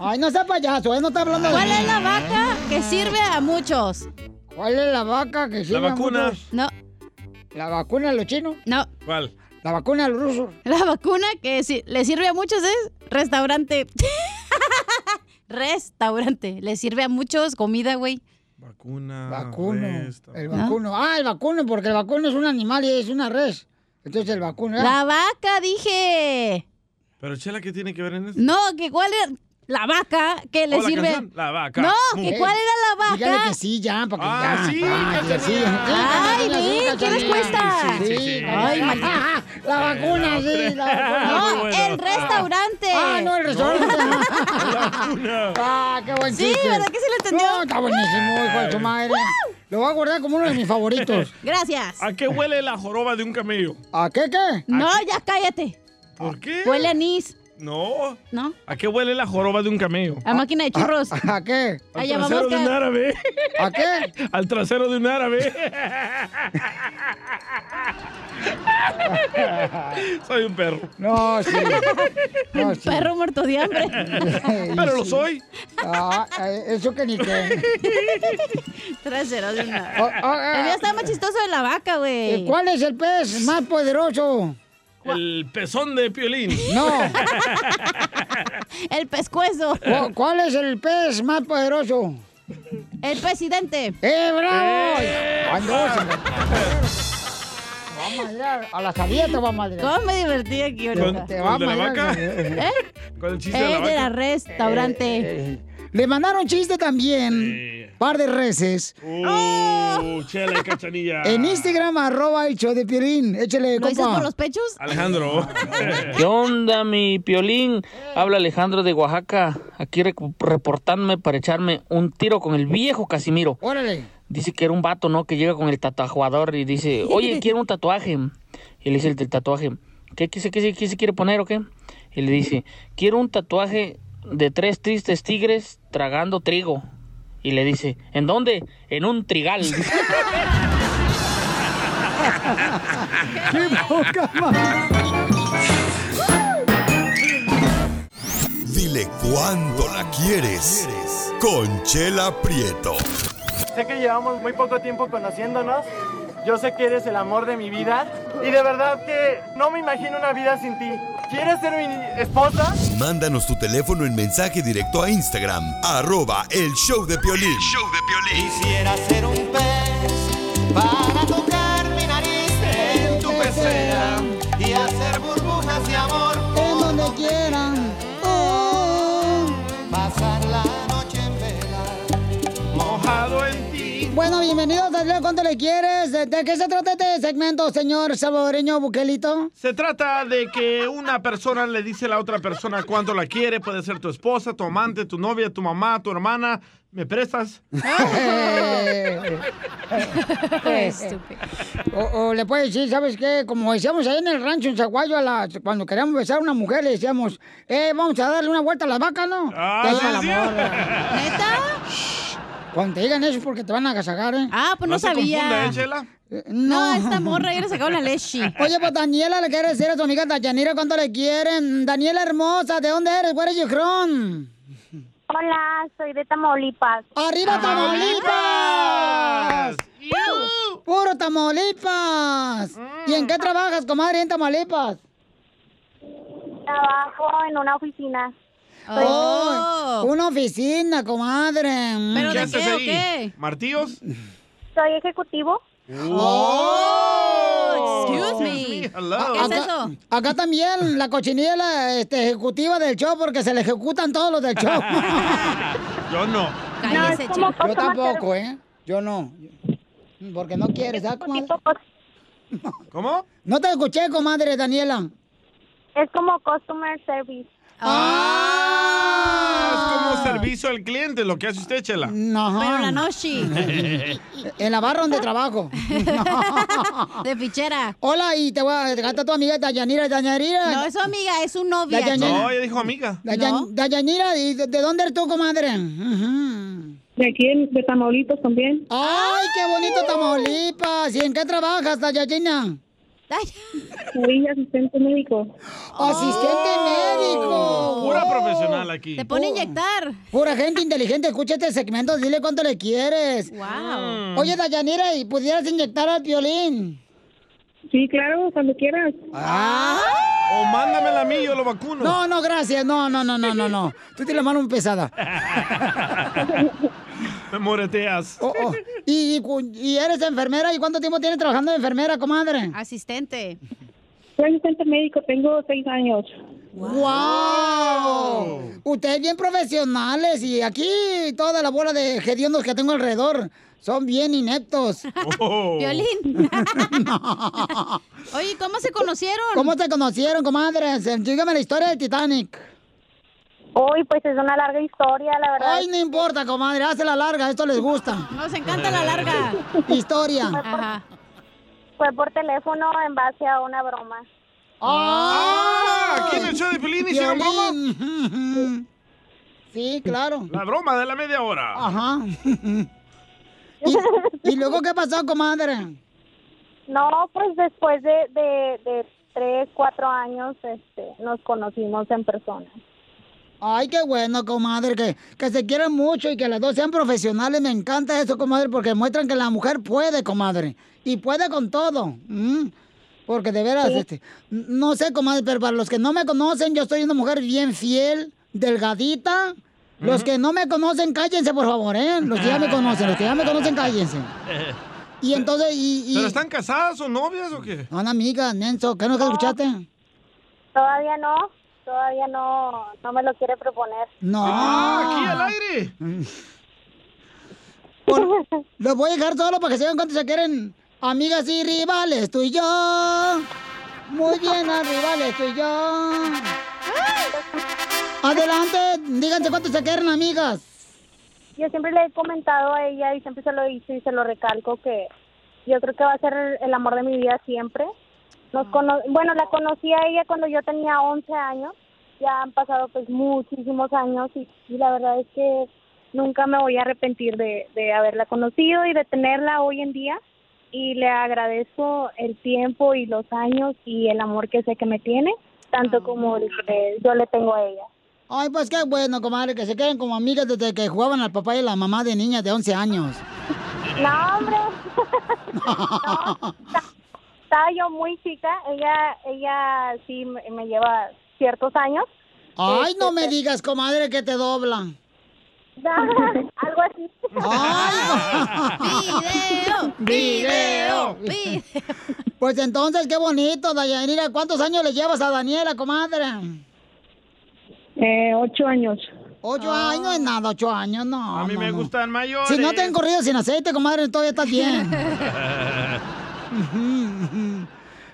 [SPEAKER 1] Ay, no sea payaso, él no está hablando de
[SPEAKER 3] ¿Cuál
[SPEAKER 1] mí.
[SPEAKER 3] es la vaca que sirve a muchos?
[SPEAKER 1] ¿Cuál es la vaca que sirve a
[SPEAKER 3] vacuna.
[SPEAKER 1] muchos?
[SPEAKER 3] No.
[SPEAKER 1] ¿La vacuna a los chinos?
[SPEAKER 3] No.
[SPEAKER 8] ¿Cuál?
[SPEAKER 1] ¿La vacuna a los rusos?
[SPEAKER 3] La vacuna que si- le sirve a muchos es restaurante. restaurante. Le sirve a muchos comida, güey.
[SPEAKER 8] Vacuna.
[SPEAKER 1] Vacuno. El vacuno. Ah, el vacuno, porque el vacuno es un animal y es una res. Entonces el vacuno.
[SPEAKER 3] La vaca, dije.
[SPEAKER 8] Ah. ¿Pero chela qué tiene que ver en esto?
[SPEAKER 3] No, que cuál era la vaca que le
[SPEAKER 8] ¿O Oh, la
[SPEAKER 3] sirve.
[SPEAKER 8] canción? La vaca.
[SPEAKER 3] No, que
[SPEAKER 8] Eh,
[SPEAKER 3] cuál era la vaca.
[SPEAKER 1] Dígale que sí, ya, para que
[SPEAKER 8] Ah,
[SPEAKER 1] ya.
[SPEAKER 8] sí,
[SPEAKER 1] vaya, sí.
[SPEAKER 8] Cachanilla.
[SPEAKER 1] Sí,
[SPEAKER 3] Ay,
[SPEAKER 1] Cachanilla,
[SPEAKER 3] ve,
[SPEAKER 1] sí,
[SPEAKER 3] ¿qué les
[SPEAKER 1] Cachanilla.
[SPEAKER 3] cuesta?
[SPEAKER 1] Sí,
[SPEAKER 3] Sí,
[SPEAKER 1] sí,
[SPEAKER 3] sí.
[SPEAKER 1] Ay,
[SPEAKER 3] Eh,
[SPEAKER 1] maldita. La
[SPEAKER 8] eh,
[SPEAKER 1] vacuna, sí, Ah, la vacuna.
[SPEAKER 3] No, el restaurante.
[SPEAKER 1] Ah, no, el restaurante. Ah, qué buen
[SPEAKER 3] Sí,
[SPEAKER 1] chiste.
[SPEAKER 3] ¿verdad que sí lo entendió? ¡Ah!
[SPEAKER 1] No, está buenísimo, hijo de su madre. Lo voy a guardar como uno de mis favoritos.
[SPEAKER 3] Gracias.
[SPEAKER 8] Pues, ¿A qué huele la joroba de un camello?
[SPEAKER 1] ¿A qué qué?
[SPEAKER 3] No, ya cállate.
[SPEAKER 8] ¿Por qué?
[SPEAKER 3] Huele a anís,
[SPEAKER 8] No.
[SPEAKER 3] ¿no?
[SPEAKER 8] ¿A qué huele la joroba de un camello?
[SPEAKER 3] A máquina de churros.
[SPEAKER 1] ¿A, qué?
[SPEAKER 8] Al
[SPEAKER 3] Allá Ah, vamos,
[SPEAKER 8] trasero de un
[SPEAKER 3] Oscar.
[SPEAKER 8] árabe.
[SPEAKER 1] ¿A qué?
[SPEAKER 8] Al trasero de un árabe. Soy un perro.
[SPEAKER 1] No, sí. No, sí.
[SPEAKER 3] Perro muerto de hambre.
[SPEAKER 8] Pero lo soy.
[SPEAKER 1] Ah, eh, eso que ni qué.
[SPEAKER 3] Trasero de una.
[SPEAKER 1] Oh, oh, ah.
[SPEAKER 3] El mío está más chistoso de la vaca,
[SPEAKER 1] Eh,
[SPEAKER 3] güey.
[SPEAKER 1] ¿Cuál es el pez más poderoso?
[SPEAKER 8] El pezón de piolín.
[SPEAKER 1] No.
[SPEAKER 3] El pescuezo.
[SPEAKER 1] ¿Cu- ¿Cuál es el pez más poderoso?
[SPEAKER 3] El presidente. Eh.
[SPEAKER 1] ¡Eh, bravo! Ando, se me- Vamos a ir a- a la salida, te va a madrear.
[SPEAKER 3] ¿Cómo me divertí aquí ahorita?
[SPEAKER 1] ¿Con- te va a ¿con el de la madrear, vaca? güey.
[SPEAKER 3] ¿Eh?
[SPEAKER 8] Con el
[SPEAKER 1] chiste
[SPEAKER 3] Eh,
[SPEAKER 1] de la
[SPEAKER 3] de
[SPEAKER 1] vaca. Eh,
[SPEAKER 3] la restaurante.
[SPEAKER 1] Le mandaron chiste también, par de reces.
[SPEAKER 8] Uh, chela y cachanilla.
[SPEAKER 1] En este- Instagram, arroba el show de Piolín. Échale,
[SPEAKER 3] Ah. ¿Lo dices
[SPEAKER 1] compa.
[SPEAKER 3] por los pechos?
[SPEAKER 8] Alejandro.
[SPEAKER 16] ¿Qué onda, mi piolín? Habla Alejandro de Oaxaca. Aquí recu- reportándome para echarme un tiro con el viejo Casimiro.
[SPEAKER 1] Órale.
[SPEAKER 16] Dice que era un vato, ¿no? Que llega con el tatuajador y dice, oye, quiero un tatuaje. Y le dice el del tatuaje, ¿qué, qué, se- qué se- qué se quiere poner o qué? Y le dice, quiero un tatuaje de tres tristes tigres tragando trigo. Y le dice, ¿en dónde? En un trigal.
[SPEAKER 1] ¡Qué poca madre!
[SPEAKER 4] Dile cuándo la quieres. Conchela Prieto.
[SPEAKER 21] Sé que llevamos muy poco tiempo conociéndonos. Yo sé que eres el amor de mi vida. Y de verdad que no me imagino una vida sin ti. ¿Quieres ser mi esposa?
[SPEAKER 4] Mándanos tu teléfono en mensaje directo a Instagram. Arroba el show de Piolín.
[SPEAKER 11] Quisiera ser un pez para tocar mi nariz en tu pecera y hacer burbujas de amor
[SPEAKER 1] en donde quiera.
[SPEAKER 11] Pasar la noche en vela, mojado en ti.
[SPEAKER 1] Bueno, bienvenidos a Dile cuánto le quieres. ¿De de qué se trata este segmento, señor salvadoreño Buquelito?
[SPEAKER 8] Se trata de que una persona le dice a la otra persona cuánto la quiere. Puede ser tu esposa, tu amante, tu novia, tu mamá, tu hermana. ¿Me prestas? Oh,
[SPEAKER 1] Estúpido. O, o le puedes decir, ¿sabes qué? Como decíamos ahí en el rancho en Zaguayo, a la- cuando queríamos besar a una mujer, le decíamos, eh, vamos a darle una vuelta a la vaca, ¿no?
[SPEAKER 3] Ah,
[SPEAKER 1] Te echa la morra. Cuando te digan eso es porque te van a agasajar, ¿eh? Ah,
[SPEAKER 3] pues no No se sabía. confunda, ¿eh, Chela? No, esta morra ya le sacó la leche.
[SPEAKER 1] Oye, pues Daniela le quiere decir a tu amiga Dayanira cuánto le quieren. Daniela hermosa, ¿de dónde eres? ¿Where are you from?
[SPEAKER 2] Hola, soy de Tamaulipas.
[SPEAKER 1] ¡Arriba Tamaulipas! ¡Piu! ¡Puro Tamaulipas! ¿Y en
[SPEAKER 8] Mm.
[SPEAKER 1] qué trabajas, comadre, en Tamaulipas?
[SPEAKER 2] Trabajo en una oficina.
[SPEAKER 1] Oh, una oficina, comadre. Mm.
[SPEAKER 8] ¿Y ¿Qué haces ahí? ¿Martillos? Oh,
[SPEAKER 2] Soy ejecutivo.
[SPEAKER 1] ¡Oh!
[SPEAKER 8] excuse me. Hello. ¿Qué es
[SPEAKER 1] acá,
[SPEAKER 8] eso?
[SPEAKER 1] Acá también la cochinilla la, este, ejecutiva del show porque se le ejecutan todos los del show.
[SPEAKER 8] Yo no.
[SPEAKER 2] Cállese, No, es como chico.
[SPEAKER 1] Yo tampoco, ¿eh? Yo no. Porque no quieres, ¿sabes, comadre?
[SPEAKER 8] ¿Cómo?
[SPEAKER 1] No te escuché, comadre Daniela.
[SPEAKER 2] Es como customer service.
[SPEAKER 8] Ah, es como servicio al cliente lo que hace usted, Chela.
[SPEAKER 1] No.
[SPEAKER 3] Pero la noche.
[SPEAKER 1] En la barra donde trabajo.
[SPEAKER 3] De fichera.
[SPEAKER 1] Hola, y te voy a cantar tu amiga Dayanira. Dayanira.
[SPEAKER 3] No, es su amiga, es su novia.
[SPEAKER 8] No, ella dijo amiga.
[SPEAKER 1] Dayan- Dayanira, ¿y de, de dónde eres tú, comadre?
[SPEAKER 22] De aquí, de Tamaulipas también.
[SPEAKER 1] ¡Ay, qué bonito Tamaulipas! ¿Y en qué trabajas, Dayanina?
[SPEAKER 22] Soy asistente médico. Oh.
[SPEAKER 1] ¡Asistente médico!
[SPEAKER 8] Pura
[SPEAKER 1] ¡Wow!
[SPEAKER 8] profesional aquí. Te
[SPEAKER 1] pone a inyectar. Pura gente inteligente, escucha este segmento, dile cuánto le quieres. Mm.
[SPEAKER 3] Wow.
[SPEAKER 1] Oye, Dayanira, ¿y pudieras inyectar al violín?
[SPEAKER 22] Sí, claro, cuando quieras.
[SPEAKER 8] O mándamela a mí, yo lo vacuno.
[SPEAKER 1] Ah. No, no, gracias. No, no, no, no, no, no. Tú tienes la mano muy pesada.
[SPEAKER 8] Me moreteas.
[SPEAKER 1] Oh, oh. ¿Y, y cu- y eres enfermera? ¿Y cuánto tiempo tienes trabajando de enfermera, comadre?
[SPEAKER 3] Asistente.
[SPEAKER 22] Soy asistente médico, tengo seis años.
[SPEAKER 1] ¡Wow! Ustedes bien profesionales y aquí toda la bola de hediondos que tengo alrededor son bien ineptos.
[SPEAKER 3] Violín.
[SPEAKER 1] No.
[SPEAKER 3] Oye, ¿cómo se conocieron?
[SPEAKER 1] ¿Cómo te conocieron, comadres? Dígame la historia del Titanic.
[SPEAKER 2] Uy, pues es una larga historia, la verdad.
[SPEAKER 1] Ay, no importa, comadre, hazla larga, esto les gusta.
[SPEAKER 3] Nos encanta la larga.
[SPEAKER 1] Historia.
[SPEAKER 2] Ajá. Fue por teléfono en base a una broma.
[SPEAKER 3] Oh.
[SPEAKER 22] Oh.
[SPEAKER 1] Ah,
[SPEAKER 8] Aquí en el show de Pelín hicieron broma.
[SPEAKER 1] Sí, claro.
[SPEAKER 8] La broma de la media hora.
[SPEAKER 1] Ajá. ¿Y, y luego qué pasó, comadre?
[SPEAKER 2] No, pues después de, de, de tres, cuatro años este, nos conocimos en persona.
[SPEAKER 1] Ay, qué bueno, comadre, que, que se quieren mucho y que las dos sean profesionales. Me encanta eso, comadre, porque muestran que la mujer puede, comadre. Y puede con todo. ¿m? Porque de veras,
[SPEAKER 2] Sí.
[SPEAKER 1] este, n- no sé, comadre, pero para los que no me conocen, yo soy una mujer bien fiel, delgadita. Los que no me conocen, cállense, por favor, ¿eh? Los que ya me conocen, los que ya me conocen, cállense. Y entonces, y... y-
[SPEAKER 8] ¿Pero están casadas o novias o qué? Ah.
[SPEAKER 1] Son amigas, Nenso, ¿qué no que escuchaste?
[SPEAKER 2] Todavía no, todavía no, no me lo quiere proponer.
[SPEAKER 1] No. Mm.
[SPEAKER 8] Ah, aquí al aire.
[SPEAKER 1] Por- los voy a dejar solo para que sepan cuánto se quieren. Amigas y rivales, tú y yo. Muy bien, ah, rivales, tú y yo. Adelante, díganse cuánto se quieren, amigas.
[SPEAKER 2] Yo siempre le he comentado a ella y siempre se lo he dicho y se lo recalco que yo creo que va a ser el amor de mi vida siempre. Nos
[SPEAKER 1] Ah.
[SPEAKER 2] cono- bueno, la conocí a ella cuando yo tenía 11 años. Ya han pasado pues muchísimos años y, y la verdad es que nunca me voy a arrepentir de, de haberla conocido y de tenerla hoy en día. y le agradezco el tiempo y los años y el amor que sé que me tiene,
[SPEAKER 1] Ah.
[SPEAKER 2] tanto como el que yo le tengo a ella.
[SPEAKER 1] Ay, pues qué bueno, comadre, que se queden como amigas desde que jugaban al papá y la mamá de niñas de 11 años.
[SPEAKER 2] No, hombre. No, está- estaba yo muy chica, ella ella sí me me lleva ciertos años. Este,
[SPEAKER 1] Ay, no me digas, comadre, que te dobla.
[SPEAKER 2] Algo así.
[SPEAKER 1] ¡Video!
[SPEAKER 11] ¡Video!
[SPEAKER 1] Pues entonces, qué bonito, Dayanira. ¿Cuántos años le llevas a Daniela, comadre?
[SPEAKER 22] Eh, ocho años.
[SPEAKER 1] Ocho
[SPEAKER 11] Ah.
[SPEAKER 1] años no es nada, ocho años, no.
[SPEAKER 8] A mí
[SPEAKER 1] no,
[SPEAKER 8] me
[SPEAKER 1] no.
[SPEAKER 8] gustan mayores.
[SPEAKER 1] Si no te han corrido sin aceite, comadre, todavía estás bien.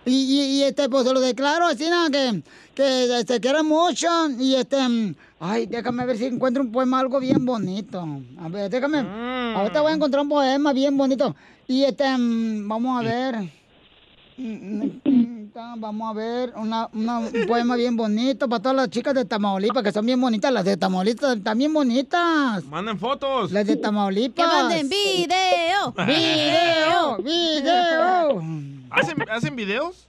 [SPEAKER 1] y, y, y, este, pues lo declaro así, nada, que, que este, quiero mucho. Y este, mm, ay, déjame ver si encuentro un poema, algo bien bonito. A ver, déjame.
[SPEAKER 8] Mm.
[SPEAKER 1] Ahorita voy a encontrar un poema bien bonito. Y este, mm, vamos a ver. Mm, mm, mm, ah, Vamos a ver una- una- un poema bien bonito para todas las chicas de Tamaulipas, que son bien bonitas. Las de Tamaulipas también bonitas.
[SPEAKER 8] Manden fotos.
[SPEAKER 1] Las de Tamaulipas.
[SPEAKER 3] Que manden video.
[SPEAKER 1] Video, video.
[SPEAKER 8] ¿Hacen, hacen videos?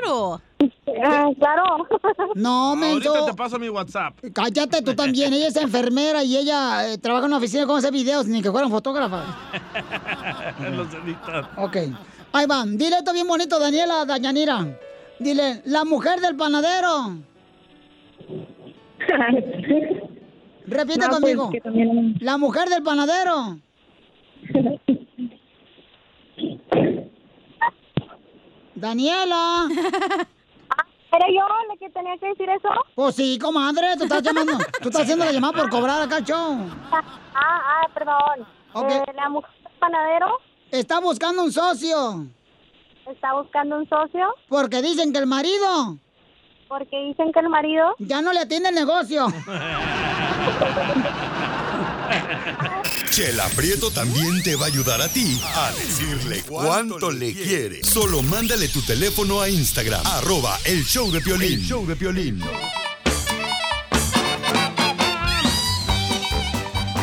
[SPEAKER 1] Claro.
[SPEAKER 2] claro.
[SPEAKER 1] Ah, No,
[SPEAKER 8] Ahorita te
[SPEAKER 1] menso.
[SPEAKER 8] paso mi WhatsApp.
[SPEAKER 1] Cállate tú también. Ella es enfermera y ella eh, trabaja en una oficina con hacer videos, ni que fueran fotógrafas.
[SPEAKER 8] Los editan.
[SPEAKER 1] Ok. Ahí van. Dile esto bien bonito, Daniela, Dayanira. Dile, la mujer del panadero. Repite
[SPEAKER 22] No, pues,
[SPEAKER 1] conmigo.
[SPEAKER 22] que también-
[SPEAKER 1] La mujer del panadero. Daniela.
[SPEAKER 2] Ah, ¿Era yo la que tenía que decir eso?
[SPEAKER 1] Pues sí, comadre, tú estás llamando. Tú estás haciendo la llamada por cobrar acá, show.
[SPEAKER 2] Ah, ah, perdón. Eh, la mujer del panadero
[SPEAKER 1] Está buscando un socio.
[SPEAKER 2] está buscando un socio
[SPEAKER 1] Porque dicen que el marido.
[SPEAKER 2] porque dicen que el marido
[SPEAKER 1] Ya no le atiende el negocio.
[SPEAKER 4] Chela Prieto también te va a ayudar a ti a decirle cuánto le quiere. Solo mándale tu teléfono a Instagram, arroba el show de Piolín.
[SPEAKER 1] El
[SPEAKER 4] show de Piolín.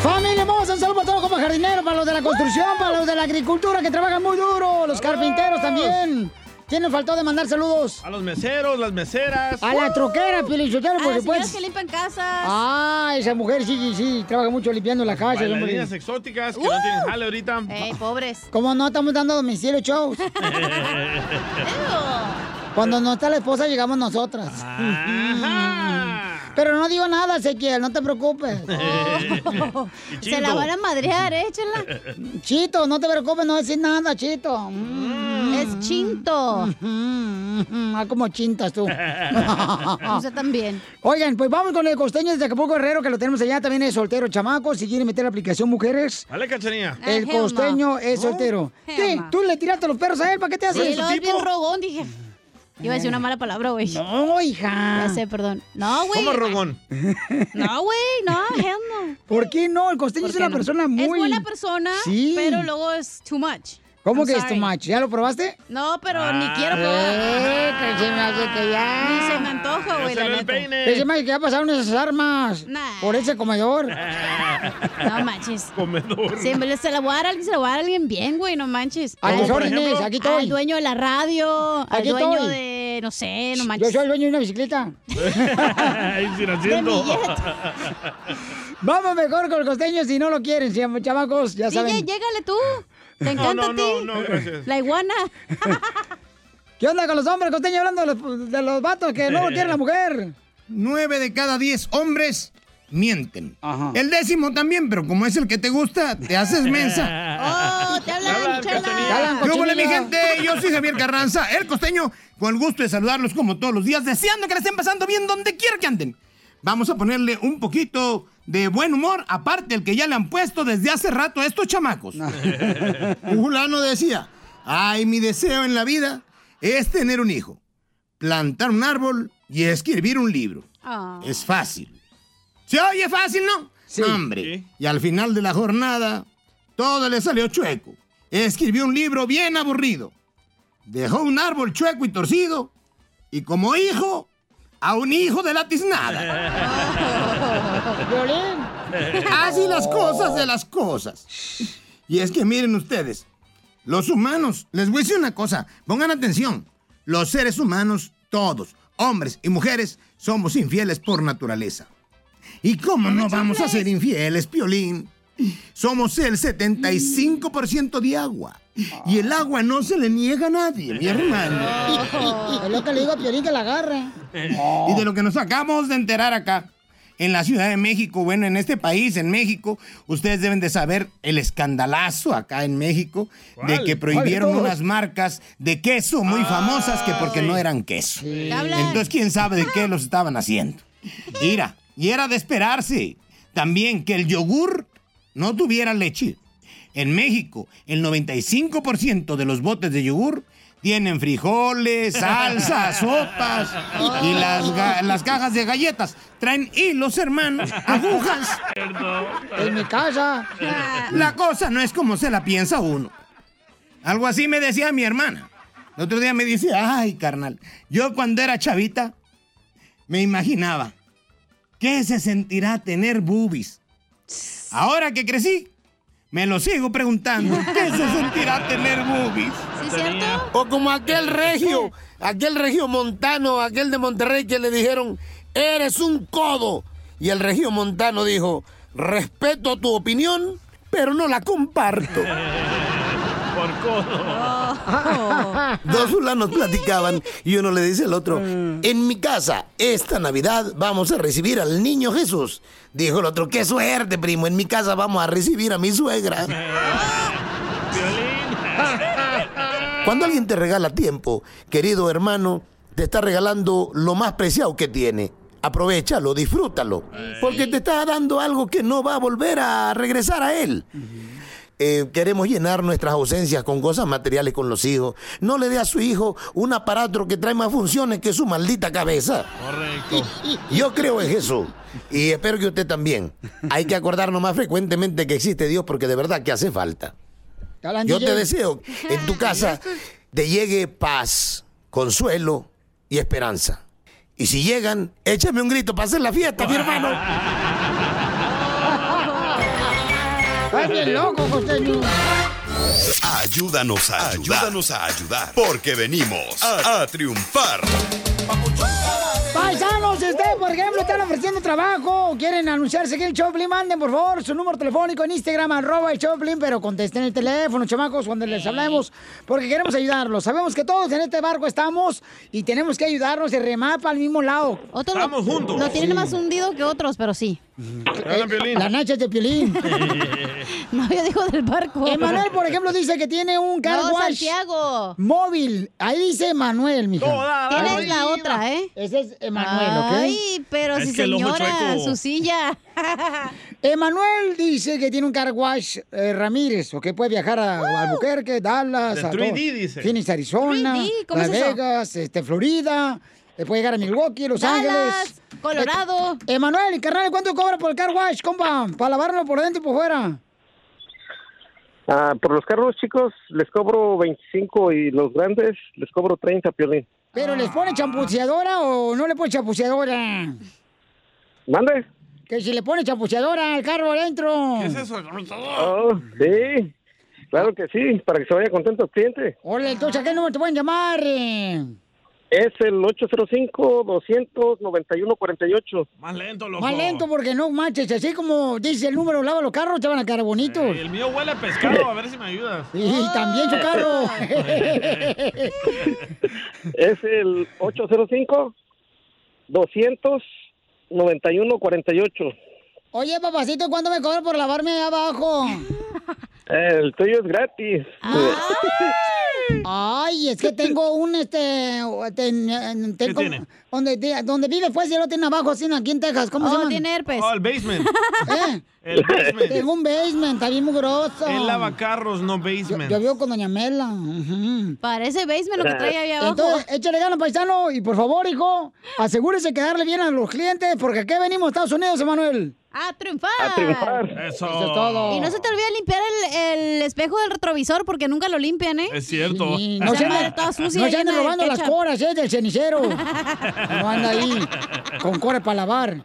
[SPEAKER 1] Familia hermosa, un saludo para todos los compas jardineros, para los de la construcción, para los de la agricultura que trabajan muy duro, los carpinteros también. ¿Quién nos faltó de mandar saludos?
[SPEAKER 8] A los meseros, las meseras. Uh. Ah,
[SPEAKER 1] A la troquera,
[SPEAKER 3] A
[SPEAKER 1] Pilichotero, por
[SPEAKER 3] las señoras
[SPEAKER 1] supuesto.
[SPEAKER 3] Ah, que limpian casas.
[SPEAKER 1] Ah, esa mujer sí, sí, sí, trabaja mucho limpiando la calle, el hombre.
[SPEAKER 8] Bailarinas exóticas que
[SPEAKER 1] Uh.
[SPEAKER 8] no tienen jale ahorita.
[SPEAKER 1] Eh. pobres. Como no estamos dando domicilio shows. Cuando no está la esposa, llegamos nosotras.
[SPEAKER 8] Ah.
[SPEAKER 1] Pero no digo nada, Ezequiel, no te preocupes.
[SPEAKER 3] Y Se la Chito. van a madrear, ¿eh, Chela?
[SPEAKER 1] Chito, no te preocupes, no decir nada, Chito.
[SPEAKER 3] Mm.
[SPEAKER 1] Es chinto. Ah, como chintas tú.
[SPEAKER 3] Usted también.
[SPEAKER 1] Oigan, pues vamos con el costeño desde Acapulco Herrero, que lo tenemos allá, también es soltero, chamaco, si quieren meter la aplicación mujeres.
[SPEAKER 3] Ah,
[SPEAKER 8] Dale, cachanilla.
[SPEAKER 1] El costeño es soltero. ¿Qué? ¿Tú le tiraste los perros a él? ¿Para qué te haces?
[SPEAKER 3] Oh, Sí, lo es bien rogón, dije. Iba a decir una mala palabra, güey.
[SPEAKER 1] No, hija.
[SPEAKER 3] Ya sé, perdón. No, güey.
[SPEAKER 1] ¿Cómo rogón?
[SPEAKER 3] No, güey, no, hell no.
[SPEAKER 1] ¿Por qué no? El costeño
[SPEAKER 3] ¿Por
[SPEAKER 1] es
[SPEAKER 3] qué
[SPEAKER 1] una
[SPEAKER 3] no?
[SPEAKER 1] persona muy...
[SPEAKER 3] Es buena persona,
[SPEAKER 1] Sí.
[SPEAKER 3] pero luego es too much.
[SPEAKER 1] ¿Cómo
[SPEAKER 3] I'm
[SPEAKER 1] que es
[SPEAKER 3] sorry.
[SPEAKER 1] tu macho? ¿Ya lo probaste? Ah,
[SPEAKER 3] No, pero ni quiero probar.
[SPEAKER 1] Eh, que se me hace que ya.
[SPEAKER 3] Ni se me antoja, güey, la neta.
[SPEAKER 1] Que se me hace que ya pasaron esas armas por ese comedor.
[SPEAKER 3] No manches.
[SPEAKER 8] Comedor.
[SPEAKER 3] Siempre se la voy a dar a alguien, se la voy a dar a alguien bien, güey, no manches.
[SPEAKER 1] A
[SPEAKER 3] Al-
[SPEAKER 1] tus órdenes, aquí estoy.
[SPEAKER 3] Al dueño de la radio,
[SPEAKER 1] Aquí
[SPEAKER 3] al dueño
[SPEAKER 1] estoy.
[SPEAKER 3] de, no sé, no
[SPEAKER 1] Yo
[SPEAKER 3] manches.
[SPEAKER 1] soy el dueño de una bicicleta.
[SPEAKER 8] Ahí sin asiento.
[SPEAKER 1] Vamos mejor con el costeño si no lo quieren, si- chamacos, ya
[SPEAKER 3] DJ,
[SPEAKER 1] saben.
[SPEAKER 3] llégale tú. Te
[SPEAKER 1] No,
[SPEAKER 3] encanta
[SPEAKER 1] no,
[SPEAKER 3] a
[SPEAKER 1] no,
[SPEAKER 3] ti.
[SPEAKER 1] no, gracias.
[SPEAKER 3] La iguana.
[SPEAKER 1] ¿Qué onda con los hombres, costeño, hablando de los, Pues, de los vatos que no lo quieren la mujer?
[SPEAKER 7] Nueve de cada diez hombres mienten. El décimo también, pero como es el que te gusta, te haces mensa.
[SPEAKER 3] ¡Oh, te hablan,
[SPEAKER 7] ¿Qué
[SPEAKER 3] chela!
[SPEAKER 7] hubo, mi gente? Yo soy Javier Carranza, el costeño, con el gusto de saludarlos como todos los días, deseando que la estén pasando bien donde quiera que anden. Vamos a ponerle un poquito de buen humor, aparte del que ya le han puesto desde hace rato a estos chamacos. Un fulano decía, ay, mi deseo en la vida es tener un hijo, plantar un árbol y escribir un libro.
[SPEAKER 3] Ah.
[SPEAKER 7] Es fácil. ¿Se oye fácil, no? No, Hombre. Y al final de la jornada, todo le salió chueco. Escribió un libro bien aburrido. Dejó un árbol chueco y torcido. Y como hijo, a un hijo de la tiznada. Así las cosas de las cosas. Y es que miren ustedes, Los humanos, les voy a decir una cosa, pongan atención. Los seres humanos, todos, hombres y mujeres, somos infieles por naturaleza. ¿Y cómo no vamos a ser infieles, Piolín? Somos el 75% de agua. Y el agua no se le niega a nadie, mi hermano.
[SPEAKER 1] Es lo que le digo a Piolín que la agarre.
[SPEAKER 7] Y de lo que nos acabamos de enterar acá, en la Ciudad de México, bueno, en este país, en México, ustedes deben de saber el escandalazo acá en México de
[SPEAKER 14] ¿Cuál? Ah,
[SPEAKER 7] que prohibieron
[SPEAKER 14] ¿Cuál?
[SPEAKER 7] unas marcas de queso muy famosas que porque no eran queso.
[SPEAKER 14] hablan?
[SPEAKER 7] Entonces, quién sabe de qué los estaban haciendo. Mira, y era de esperarse también que el yogur no tuviera leche. En México, el 95% de los botes de yogur tienen frijoles, salsas, sopas y las, ga- las cajas de galletas. Traen hilos, hermano, agujas.
[SPEAKER 1] En mi casa.
[SPEAKER 7] La cosa no es como se la piensa uno. Algo así me decía mi hermana. El otro día me dice, ay, carnal, yo cuando era chavita me imaginaba, ¿qué se sentirá tener boobies? Ahora que crecí, me lo sigo preguntando, ¿qué se sentirá tener boobies?
[SPEAKER 14] O como aquel regio, aquel regio montano, aquel de Monterrey que le dijeron, eres un codo. Y el regio montano dijo, respeto tu opinión, pero no la comparto.
[SPEAKER 8] Por
[SPEAKER 3] Oh.
[SPEAKER 8] codo.
[SPEAKER 14] Dos fulanos platicaban y uno le dice al otro, en mi casa, esta Navidad vamos a recibir al niño Jesús. Dijo el otro, qué suerte, primo, en mi casa vamos a recibir a mi suegra. Cuando alguien te regala tiempo, querido hermano, te está regalando lo más preciado que tiene. Aprovechalo, disfrútalo, porque te está dando algo que no va a volver a regresar a él. Eh, queremos llenar nuestras ausencias con cosas materiales con los hijos. No le dé a su hijo un aparato que trae más funciones que su maldita cabeza.
[SPEAKER 8] Correcto.
[SPEAKER 14] Yo creo en Jesús y espero que usted también. Hay que acordarnos más frecuentemente que existe Dios porque de verdad que hace falta.
[SPEAKER 1] Hablan,
[SPEAKER 14] Yo
[SPEAKER 1] DJ.
[SPEAKER 14] te deseo que en tu casa te llegue paz, consuelo y esperanza. Y si llegan, échame un grito para hacer la fiesta, mi hermano.
[SPEAKER 1] Estás bien loco, costeño.
[SPEAKER 4] Ayúdanos a ayudar. Ayúdanos a ayudar. Porque venimos a, a triunfar.
[SPEAKER 1] Paisanos, si ustedes, por ejemplo, están ofreciendo trabajo o quieren anunciarse que el Choplin, manden por favor su número telefónico en Instagram, arroba el Choplin, pero contesten el teléfono, chamacos, cuando les hablemos, porque queremos ayudarlos. Sabemos que todos en este barco estamos y tenemos que ayudarnos y remar para el mismo lado.
[SPEAKER 8] Estamos juntos.
[SPEAKER 3] Lo tienen más hundido que otros, pero sí.
[SPEAKER 8] Habla, Piolín.
[SPEAKER 1] La nacha de Piolín.
[SPEAKER 3] No, yo digo del barco.
[SPEAKER 1] Emanuel, por ejemplo, dice que tiene un car
[SPEAKER 3] No,
[SPEAKER 1] wash
[SPEAKER 3] Santiago.
[SPEAKER 1] móvil. Ahí dice Emanuel, mija.
[SPEAKER 3] Toda la Tienes la vida. otra, ¿eh?
[SPEAKER 1] Ese es Emanuel, ¿ok?
[SPEAKER 3] Ay, pero
[SPEAKER 1] Es
[SPEAKER 3] sí,
[SPEAKER 1] que el ojo
[SPEAKER 3] señora,
[SPEAKER 1] chueco.
[SPEAKER 3] su silla.
[SPEAKER 1] Emanuel dice que tiene un car wash eh, Ramírez, o que puede viajar a, a Albuquerque, Dallas,
[SPEAKER 8] De
[SPEAKER 1] a
[SPEAKER 8] 3D
[SPEAKER 1] todo.
[SPEAKER 8] dice.
[SPEAKER 1] Phoenix, Arizona,
[SPEAKER 3] 3D, ¿cómo
[SPEAKER 1] Las
[SPEAKER 3] es eso?
[SPEAKER 1] Vegas, este, Florida, eh, puede llegar a Milwaukee, Los
[SPEAKER 3] Dallas,
[SPEAKER 1] Ángeles.
[SPEAKER 3] Colorado.
[SPEAKER 1] Eh, Emanuel, carnal, ¿cuánto cobra por el car wash, compa? Para lavarlo por dentro y por fuera.
[SPEAKER 10] Ah, por los carros chicos les cobro 25 y los grandes les cobro 30, Piolín.
[SPEAKER 1] ¿Pero les pone champuceadora o no le pone champuceadora?
[SPEAKER 10] ¿Mande?
[SPEAKER 1] Que si le pone champuceadora al carro adentro. ¿Qué es eso?
[SPEAKER 10] Oh, sí, claro que sí, para que se vaya contento el cliente.
[SPEAKER 1] Hola, entonces, ¿a qué número te pueden llamar? eh?
[SPEAKER 10] Es el 805-291-48.
[SPEAKER 8] Más lento, loco.
[SPEAKER 1] Más lento porque no manches, así como dice el número, lava los carros, te van a quedar bonitos.
[SPEAKER 8] El mío huele a pescado, a ver si me ayudas.
[SPEAKER 1] Y también su carro.
[SPEAKER 10] Es el 805-291-48.
[SPEAKER 1] Oye, papacito, ¿cuánto me cobra por lavarme allá abajo?
[SPEAKER 10] El tuyo es gratis.
[SPEAKER 1] Ay, es que tengo un, este, ten- ten-
[SPEAKER 10] ¿Qué
[SPEAKER 1] como-
[SPEAKER 10] tiene?
[SPEAKER 1] Donde, te- donde vive, pues, y lo tiene abajo, así, aquí en Texas, ¿cómo se llama?
[SPEAKER 3] tiene herpes.
[SPEAKER 8] Oh, el basement.
[SPEAKER 1] ¿Eh?
[SPEAKER 8] El basement.
[SPEAKER 1] Tengo un basement, está bien mugroso.
[SPEAKER 8] Él lava carros, no
[SPEAKER 1] Yo,
[SPEAKER 8] basement.
[SPEAKER 1] yo vivo con Doña Mela.
[SPEAKER 3] Parece basement
[SPEAKER 8] lo que trae ahí abajo.
[SPEAKER 1] Entonces, échale ganas, paisano. Y por favor, hijo, asegúrese que darle bien a los clientes, porque aquí venimos a Estados Unidos, Emanuel.
[SPEAKER 3] A triunfar.
[SPEAKER 8] Eso.
[SPEAKER 1] Eso es todo.
[SPEAKER 3] Y no se te olvide limpiar el, el espejo del retrovisor porque nunca lo limpian, ¿eh?
[SPEAKER 8] Es cierto.
[SPEAKER 1] No se, ande-
[SPEAKER 3] toda sucia,
[SPEAKER 1] no se
[SPEAKER 3] llena
[SPEAKER 1] anden
[SPEAKER 3] de
[SPEAKER 1] robando las
[SPEAKER 3] ketchup.
[SPEAKER 1] coras, eh, del cenicero. No anda ahí con coras para lavar.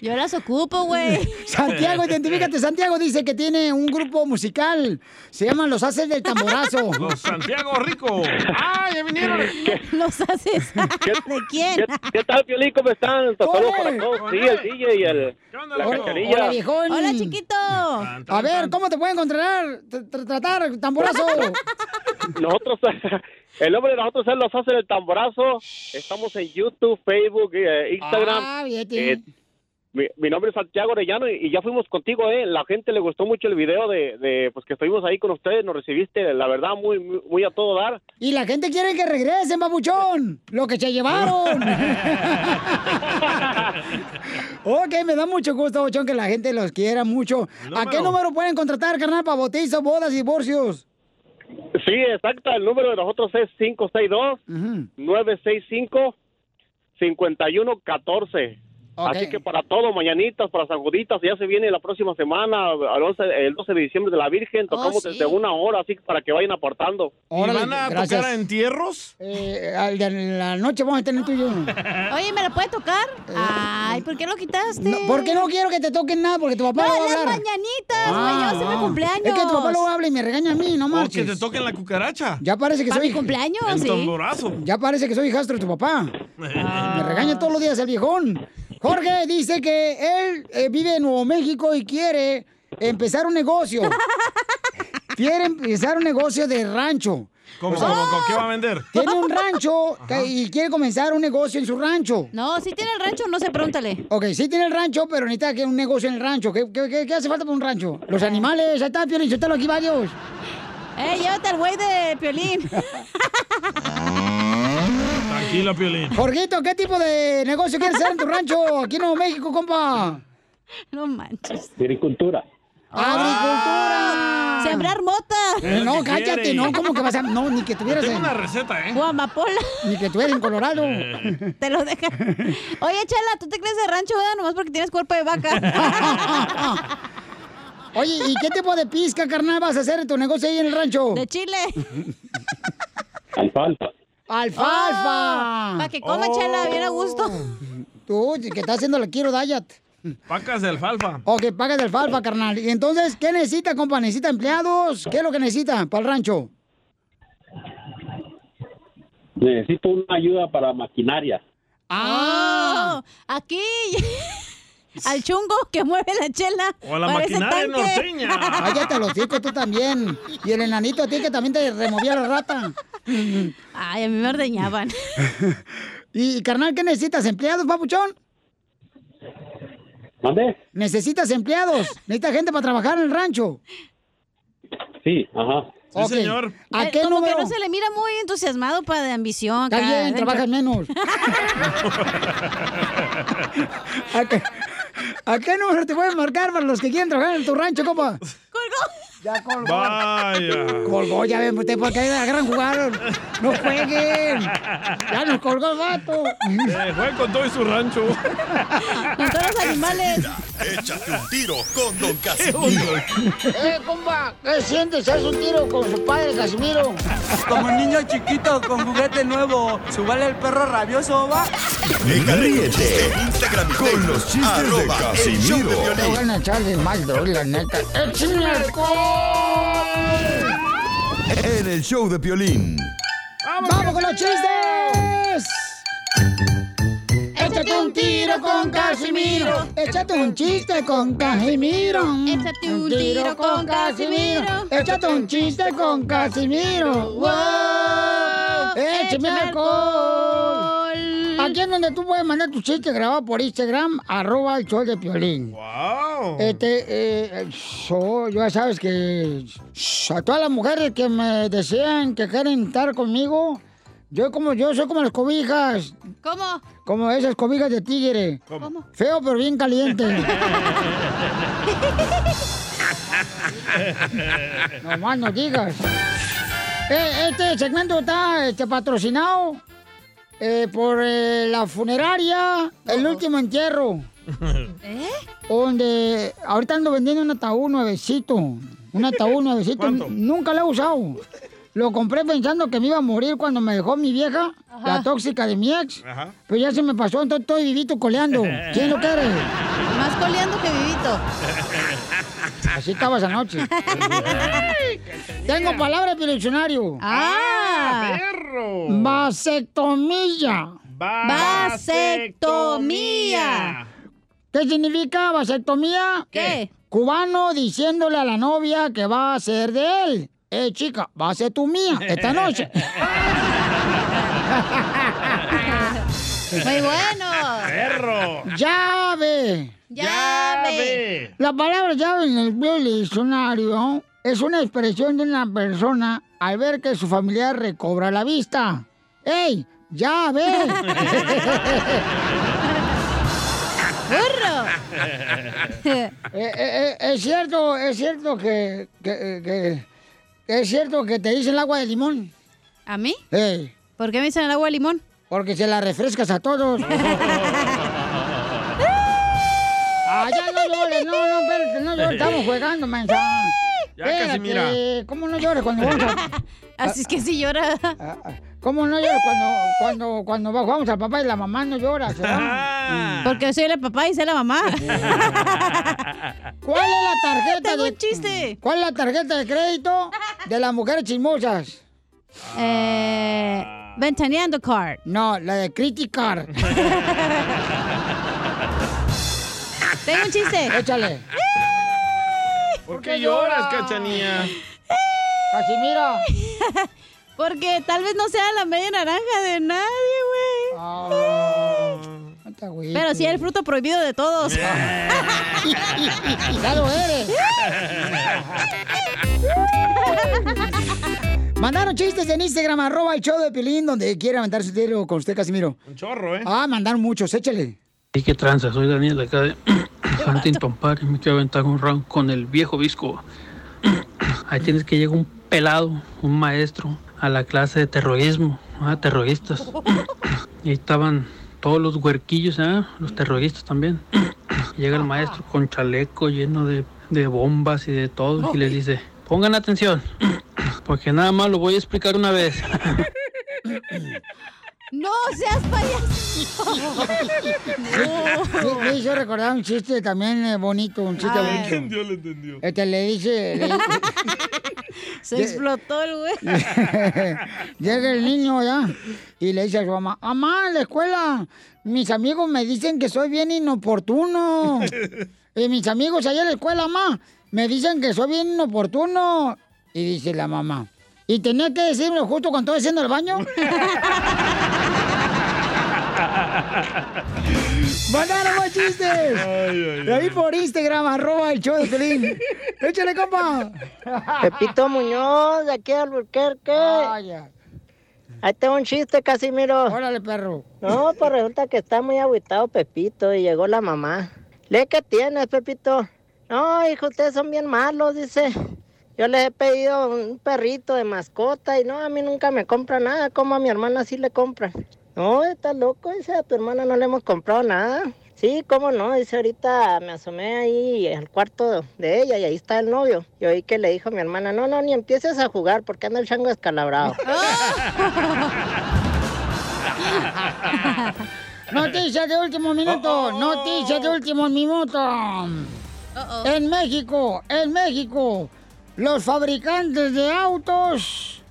[SPEAKER 3] Yo las ocupo, güey.
[SPEAKER 1] Santiago, identifícate. Santiago dice que tiene un grupo musical. Se llama Los Haces del Tamborazo.
[SPEAKER 8] Los Santiago Rico. ¡Ah, ya vinieron!
[SPEAKER 3] Los Haces. ¿De quién?
[SPEAKER 12] ¿Qué, qué tal, Piolín? ¿Cómo están? Saludos
[SPEAKER 1] Hola.
[SPEAKER 12] para todos. Sí, el DJ y el, la
[SPEAKER 1] Hola,
[SPEAKER 12] cacharilla.
[SPEAKER 1] viejón.
[SPEAKER 3] Hola, chiquito.
[SPEAKER 1] A ver, ¿cómo te pueden controlar? Tr- tr- Tratar, tamborazo.
[SPEAKER 12] Nosotros, el nombre de nosotros es Los Haces del Tamborazo. Estamos en YouTube, Facebook, eh, Instagram.
[SPEAKER 1] Ah, fíjate.
[SPEAKER 12] Eh, mi, mi nombre es Santiago Arellano y, y ya fuimos contigo, ¿eh? La gente le gustó mucho el video de, de, pues que estuvimos ahí con ustedes, nos recibiste, la verdad, muy, muy, muy a todo dar.
[SPEAKER 1] Y la gente quiere que regresen, babuchón. Lo que se llevaron. ok, me da mucho gusto, babuchón, que la gente los quiera mucho. ¿A qué número pueden contratar, carnal, para bautizos, bodas y divorcios?
[SPEAKER 12] Sí, exacta, el número de nosotros es 562-965-5114. Así que para todo, mañanitas, para San Juditas, ya se viene la próxima semana, al 11 el 12 de diciembre de la Virgen, tocamos
[SPEAKER 1] Oh, sí.
[SPEAKER 12] desde una hora, así que para que vayan apartando.
[SPEAKER 1] Órale, gracias.
[SPEAKER 8] entierros?
[SPEAKER 1] Eh, al de la noche vamos a tener el tuyo.
[SPEAKER 3] Oye, ¿me la puede tocar? Ay, ¿por qué lo quitaste?
[SPEAKER 1] Eh. No, porque no quiero que te toquen nada, porque tu papá
[SPEAKER 3] Este. No,
[SPEAKER 1] lo va a
[SPEAKER 3] las
[SPEAKER 1] hablar. Ah.
[SPEAKER 3] mañanitas, güey. yo siempre cumpleaños.
[SPEAKER 1] Es que tu papá lo habla y me regaña a mí, no
[SPEAKER 8] O Oh, que
[SPEAKER 1] marches.
[SPEAKER 8] te toquen la cucaracha.
[SPEAKER 1] Ya parece que
[SPEAKER 8] Pa'
[SPEAKER 1] soy...
[SPEAKER 8] mi cumpleaños, El sí. tamborazo.
[SPEAKER 1] Ya parece que soy hijastro de tu papá.
[SPEAKER 3] Ah.
[SPEAKER 1] Me regaña todos los días el viejón. Jorge dice que él eh, vive en Nuevo México y quiere empezar un negocio. quiere empezar un negocio de rancho.
[SPEAKER 8] ¿Cómo,
[SPEAKER 1] O sea,
[SPEAKER 8] cómo, cómo? ¿Qué va a vender?
[SPEAKER 1] Tiene un rancho que- y quiere comenzar un negocio en su rancho.
[SPEAKER 3] No, si tiene el rancho, no sé, pregúntale.
[SPEAKER 1] Ok, sí tiene el rancho, pero necesita que un negocio en el rancho. ¿Qué, qué- qué- qué hace falta para un rancho?
[SPEAKER 3] Ah.
[SPEAKER 1] Los animales, ahí está, Piolín, suéltalo aquí varios.
[SPEAKER 3] Eh, llévate al güey de Piolín.
[SPEAKER 8] Tranquilo, Piolín.
[SPEAKER 1] Jorgito, ¿qué tipo de negocio quieres hacer en tu rancho aquí en Nuevo México, compa?
[SPEAKER 3] No manches.
[SPEAKER 12] Agricultura. Ah.
[SPEAKER 1] ¡Agricultura!
[SPEAKER 3] ¡Sembrar mota!
[SPEAKER 1] Eh, No, cállate, no, ¿cómo que vas a...? No, ni que tuvieras...
[SPEAKER 3] Tengo
[SPEAKER 1] en-
[SPEAKER 3] una
[SPEAKER 8] receta, ¿eh?
[SPEAKER 3] O amapola.
[SPEAKER 1] Ni que tuvieras en Colorado.
[SPEAKER 12] Eh.
[SPEAKER 3] Te lo deja. Oye, Chela, ¿tú te crees de rancho, verdad? Nomás porque tienes cuerpo de vaca.
[SPEAKER 1] Oye, ¿y qué tipo de pizca, carnal, vas a hacer en tu negocio ahí en el rancho? De
[SPEAKER 3] Chile.
[SPEAKER 12] Alfalfa.
[SPEAKER 1] ¡Alfalfa!
[SPEAKER 3] Oh, pa' que coma,
[SPEAKER 1] Oh.
[SPEAKER 3] Chela, bien a gusto.
[SPEAKER 1] Tú, que estás haciendo la quiero diet.
[SPEAKER 8] Pacas de alfalfa.
[SPEAKER 1] O que pagas de
[SPEAKER 12] Eh.
[SPEAKER 1] alfalfa, carnal. Y entonces, ¿qué necesita, compa? ¿Necesita empleados? ¿Qué es lo que necesita para el rancho?
[SPEAKER 12] Necesito una ayuda para maquinaria.
[SPEAKER 3] ¡Ah! aquí. Al chungo que mueve la chela.
[SPEAKER 12] O a la
[SPEAKER 3] Parece
[SPEAKER 12] maquinaria
[SPEAKER 3] tanque.
[SPEAKER 12] norteña.
[SPEAKER 1] Cállate los hijos, tú también. Y el enanito a ti que también te removía la rata.
[SPEAKER 3] Ay, a mí me ordeñaban.
[SPEAKER 1] Y, carnal, ¿qué necesitas? ¿Empleados, papuchón?
[SPEAKER 12] ¿Mande?
[SPEAKER 1] ¿Necesitas empleados? ¿Necesitas gente para trabajar en el rancho?
[SPEAKER 12] Sí, ajá.
[SPEAKER 1] Ok. ¿A qué
[SPEAKER 3] Como
[SPEAKER 1] número?
[SPEAKER 3] que no se le mira muy entusiasmado para de ambición.
[SPEAKER 1] Está
[SPEAKER 3] acá
[SPEAKER 1] bien,
[SPEAKER 3] adentro.
[SPEAKER 1] trabajas menos. ¿A qué, a qué número te pueden marcar para los que quieren trabajar en tu rancho, compa? Ya colgó.
[SPEAKER 7] Ah.
[SPEAKER 8] Vaya.
[SPEAKER 1] Colgó, ya ven, usted porque ahí la gran jugaron. No jueguen. Ya nos colgó el vato.
[SPEAKER 8] Eh, juegue con todo y su rancho.
[SPEAKER 3] Con todos los animales.
[SPEAKER 4] Échate un tiro con Don
[SPEAKER 1] onda?
[SPEAKER 4] Casimiro.
[SPEAKER 1] Eh, compa, ¿qué sientes? ¿Haz un tiro con su padre, Casimiro?
[SPEAKER 6] Como un niño chiquito con juguete nuevo, subale el perro rabioso, va.
[SPEAKER 4] Ríete con los chistes de
[SPEAKER 6] Arroba el show de
[SPEAKER 4] Casimiro
[SPEAKER 1] Te van a echar de mal, bro, la neta. ¡Échame alcohol!
[SPEAKER 4] en el show de Piolín.
[SPEAKER 1] ¡Vamos con los chistes! Échate un tiro con Casimiro. Échate un chiste con Casimiro. Échate un
[SPEAKER 11] tiro con Casimiro.
[SPEAKER 1] Échate un chiste con Casimiro. ¡Wow! ¡Échame alcohol! Aquí es donde tú puedes mandar tu chiste grabado por Instagram, arroba el show de Piolín.
[SPEAKER 8] ¡Wow!
[SPEAKER 1] Este, eh, yo, ya sabes que sh- a todas las mujeres que me desean que quieren estar conmigo, yo como yo soy como las cobijas,
[SPEAKER 3] ¿Cómo?
[SPEAKER 1] como esas cobijas de tigre.
[SPEAKER 3] ¿Cómo?
[SPEAKER 1] Feo pero bien caliente. Nomás no digas. Eh, este segmento está este, patrocinado eh, por eh, la funeraria El Último Entierro.
[SPEAKER 11] ¿Eh?
[SPEAKER 1] Donde ahorita ando vendiendo un ataúd nuevecito. Un ataúd nuevecito. Nunca lo he usado. Lo compré pensando que me iba a morir cuando me dejó mi vieja,
[SPEAKER 3] Ajá.
[SPEAKER 1] la tóxica de mi ex.
[SPEAKER 3] Ajá.
[SPEAKER 1] Pero ya se me pasó, entonces estoy vivito coleando. ¿Quién lo quiere?
[SPEAKER 3] Más coleando que vivito.
[SPEAKER 1] Así estabas anoche. Tengo palabra de diccionario.
[SPEAKER 3] ¡Ah!
[SPEAKER 1] perro! Vasectomía.
[SPEAKER 3] Vasectomía.
[SPEAKER 1] ¿Qué significa vasectomía? ¿Qué? Cubano diciéndole a la novia que va a ser de él. Eh, chica, va a ser tu mía esta noche.
[SPEAKER 3] Muy bueno.
[SPEAKER 1] ¡Perro! ¡Llave!
[SPEAKER 3] Llave.
[SPEAKER 1] La palabra llave en el Biblia diccionario es una expresión de una persona al ver que su familiar recobra la vista. ¡Ey! ¡Llave! Eh, eh, eh, es cierto, es cierto que, que- que- que es cierto que te dicen el agua de limón.
[SPEAKER 3] ¿A mí?
[SPEAKER 1] Ey.
[SPEAKER 3] ¿Por qué me dicen el agua de limón?
[SPEAKER 1] Porque se la refrescas a todos. Ah, ya no llores, no, no, espérate, no llores, estamos jugando, mensa.
[SPEAKER 3] Ya, Casimira.
[SPEAKER 1] Espérate, ¿Cómo no llores cuando vamos a- Ah,
[SPEAKER 3] Así es que sí llora.
[SPEAKER 1] ¿Cómo no llores cuando, cuando, cuando vamos al papá y la mamá no llora? se va?
[SPEAKER 3] Porque soy el papá y soy la mamá.
[SPEAKER 1] ¿Cuál es la tarjeta de chiste? ¿Cuál es la tarjeta de crédito de las mujeres chismosas? Eh,
[SPEAKER 3] Ventaneando card.
[SPEAKER 1] No, la de criticar.
[SPEAKER 3] Tengo un chiste.
[SPEAKER 1] Échale.
[SPEAKER 23] ¡Eh!
[SPEAKER 8] ¿Por qué lloras, cachanía?
[SPEAKER 1] Casimiro.
[SPEAKER 3] Porque tal vez no sea la media naranja de nadie, güey. Pero sí el fruto prohibido de todos.
[SPEAKER 1] ya lo eres. Mandaron chistes en Instagram, arroba el show de Pilín, donde quiera aventar su tiro con usted, Casimiro. Un chorro, ¿eh? Ah, mandaron muchos, échale.
[SPEAKER 9] Y qué tranza, soy Daniel acá de Huntington Park y me quiero aventar un round con el viejo Visco. Ahí tienes que llega un pelado, un maestro, a la clase de terrorismo, ah, terroristas. Y ahí estaban todos los huerquillos, ah, los terroristas también. Llega el maestro con chaleco lleno de, de bombas y de todo y les dice, pongan atención, porque nada más lo voy a explicar una vez.
[SPEAKER 3] No seas payaso.
[SPEAKER 1] Me, me hizo recordar un chiste también eh, bonito, un chiste
[SPEAKER 3] A ver.
[SPEAKER 1] bonito. Este le dice, le dice-
[SPEAKER 3] Se explotó el güey.
[SPEAKER 1] Llega el niño ya y le dice a su mamá, mamá, en la escuela, mis amigos me dicen que soy bien inoportuno. y mis amigos allá en la escuela, mamá, me dicen que soy bien inoportuno. Y dice la mamá, ¿y tenía que decirlo justo cuando estaba haciendo el baño? ¡Mandaron más chistes! De ahí por Instagram, arroba el show de Pelín. ¡Échale, compa!
[SPEAKER 15] Pepito Muñoz, de aquí a Alburquerque.
[SPEAKER 1] Ah,
[SPEAKER 15] Ahí tengo un chiste, Casimiro.
[SPEAKER 1] Órale, perro.
[SPEAKER 15] No, pues resulta que está muy agüitado Pepito y llegó la mamá. ¿Le qué tienes, Pepito? No, hijo, ustedes son bien malos, dice. Yo les he pedido un perrito de mascota y no, a mí nunca me compran nada, como a mi hermana sí le compran. No, está loco, dice, a tu hermana no le hemos comprado nada. Sí, cómo no, dice, ahorita me asomé ahí al cuarto de ella y ahí está el novio. Y oí que le dijo a mi hermana, no, no, ni empieces a jugar porque anda el chango descalabrado.
[SPEAKER 1] Noticias de último minuto, noticias de último minuto. En México, en México, los fabricantes de autos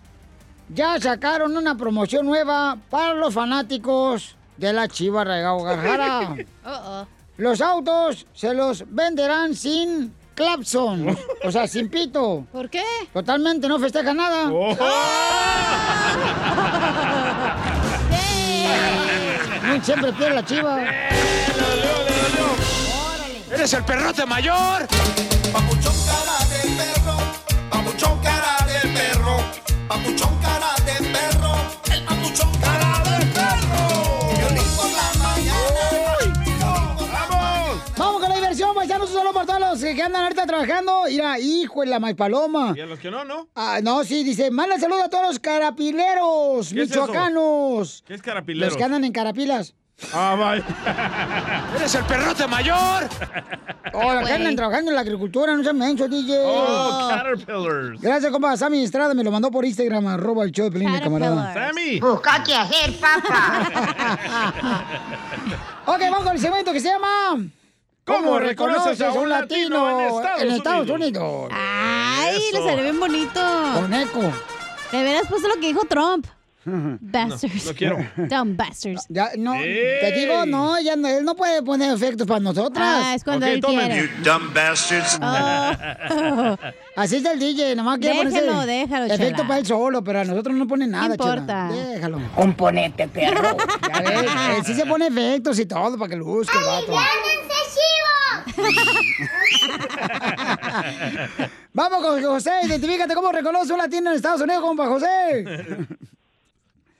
[SPEAKER 1] ya sacaron una promoción nueva para los fanáticos de la Chiva Regao Guadalajara.
[SPEAKER 3] Uh-oh.
[SPEAKER 1] Los autos se los venderán sin clapson, o sea, sin pito.
[SPEAKER 3] ¿Por qué?
[SPEAKER 1] Totalmente no festeja nada.
[SPEAKER 8] Oh.
[SPEAKER 1] No, Siempre pierde la chiva.
[SPEAKER 23] ¡Eres el perrote mayor! Papuchón cara de perro, papuchón cara de perro, papuchón cara de perro, el papuchón cara de perro. Violín por la mañana, violín por la mañana.
[SPEAKER 1] Vamos con la diversión, paisanos, un solo por todos los que andan ahorita trabajando. Mira, hijo de la paloma.
[SPEAKER 8] Y a los que no, ¿no?
[SPEAKER 1] Ah, no, sí, dice, manda saludo a todos los carapileros
[SPEAKER 8] ¿Qué es eso?
[SPEAKER 1] michoacanos.
[SPEAKER 8] ¿Qué es carapilero?
[SPEAKER 1] Los que andan en carapilas.
[SPEAKER 8] Ah, vaya.
[SPEAKER 1] ¡Eres el perrote mayor! Hola, que andan trabajando en la agricultura, no se me hecho, DJ.
[SPEAKER 8] Oh, Caterpillars.
[SPEAKER 1] Gracias, compa. Sammy Estrada me lo mandó por Instagram, arroba el show de Pelín, mi camarada.
[SPEAKER 8] ¡Sammy!
[SPEAKER 1] ¡Busca qué hacer, papá! ok, vamos con el segmento que se llama...
[SPEAKER 3] ¿Cómo reconoces a un latino en Estados
[SPEAKER 1] en Estados Unidos?
[SPEAKER 3] Unidos? ¡Ay,
[SPEAKER 1] Eso.
[SPEAKER 3] le salió bien bonito!
[SPEAKER 1] Con eco.
[SPEAKER 3] De veras puesto lo que dijo Trump. Bastards.
[SPEAKER 1] no quiero.
[SPEAKER 3] Dumb bastards.
[SPEAKER 1] Ya, no, Te digo, no, ya no, él no puede poner efectos para nosotras.
[SPEAKER 3] Ah, es cuando Ok, él tomen. quiere.
[SPEAKER 13] Dumb bastards.
[SPEAKER 1] Así es el DJ, nomás quiere
[SPEAKER 3] Déjalo,
[SPEAKER 1] ponerse
[SPEAKER 3] déjalo,
[SPEAKER 1] efecto
[SPEAKER 3] Chela.
[SPEAKER 1] para él solo, pero a nosotros no pone nada,
[SPEAKER 3] importa.
[SPEAKER 1] Chela. Déjalo. Componente, perro. Ya ves, él sí se pone efectos y todo para que luzca el vato. Vamos con José, identifícate cómo reconoce un latino en Estados Unidos, compa José.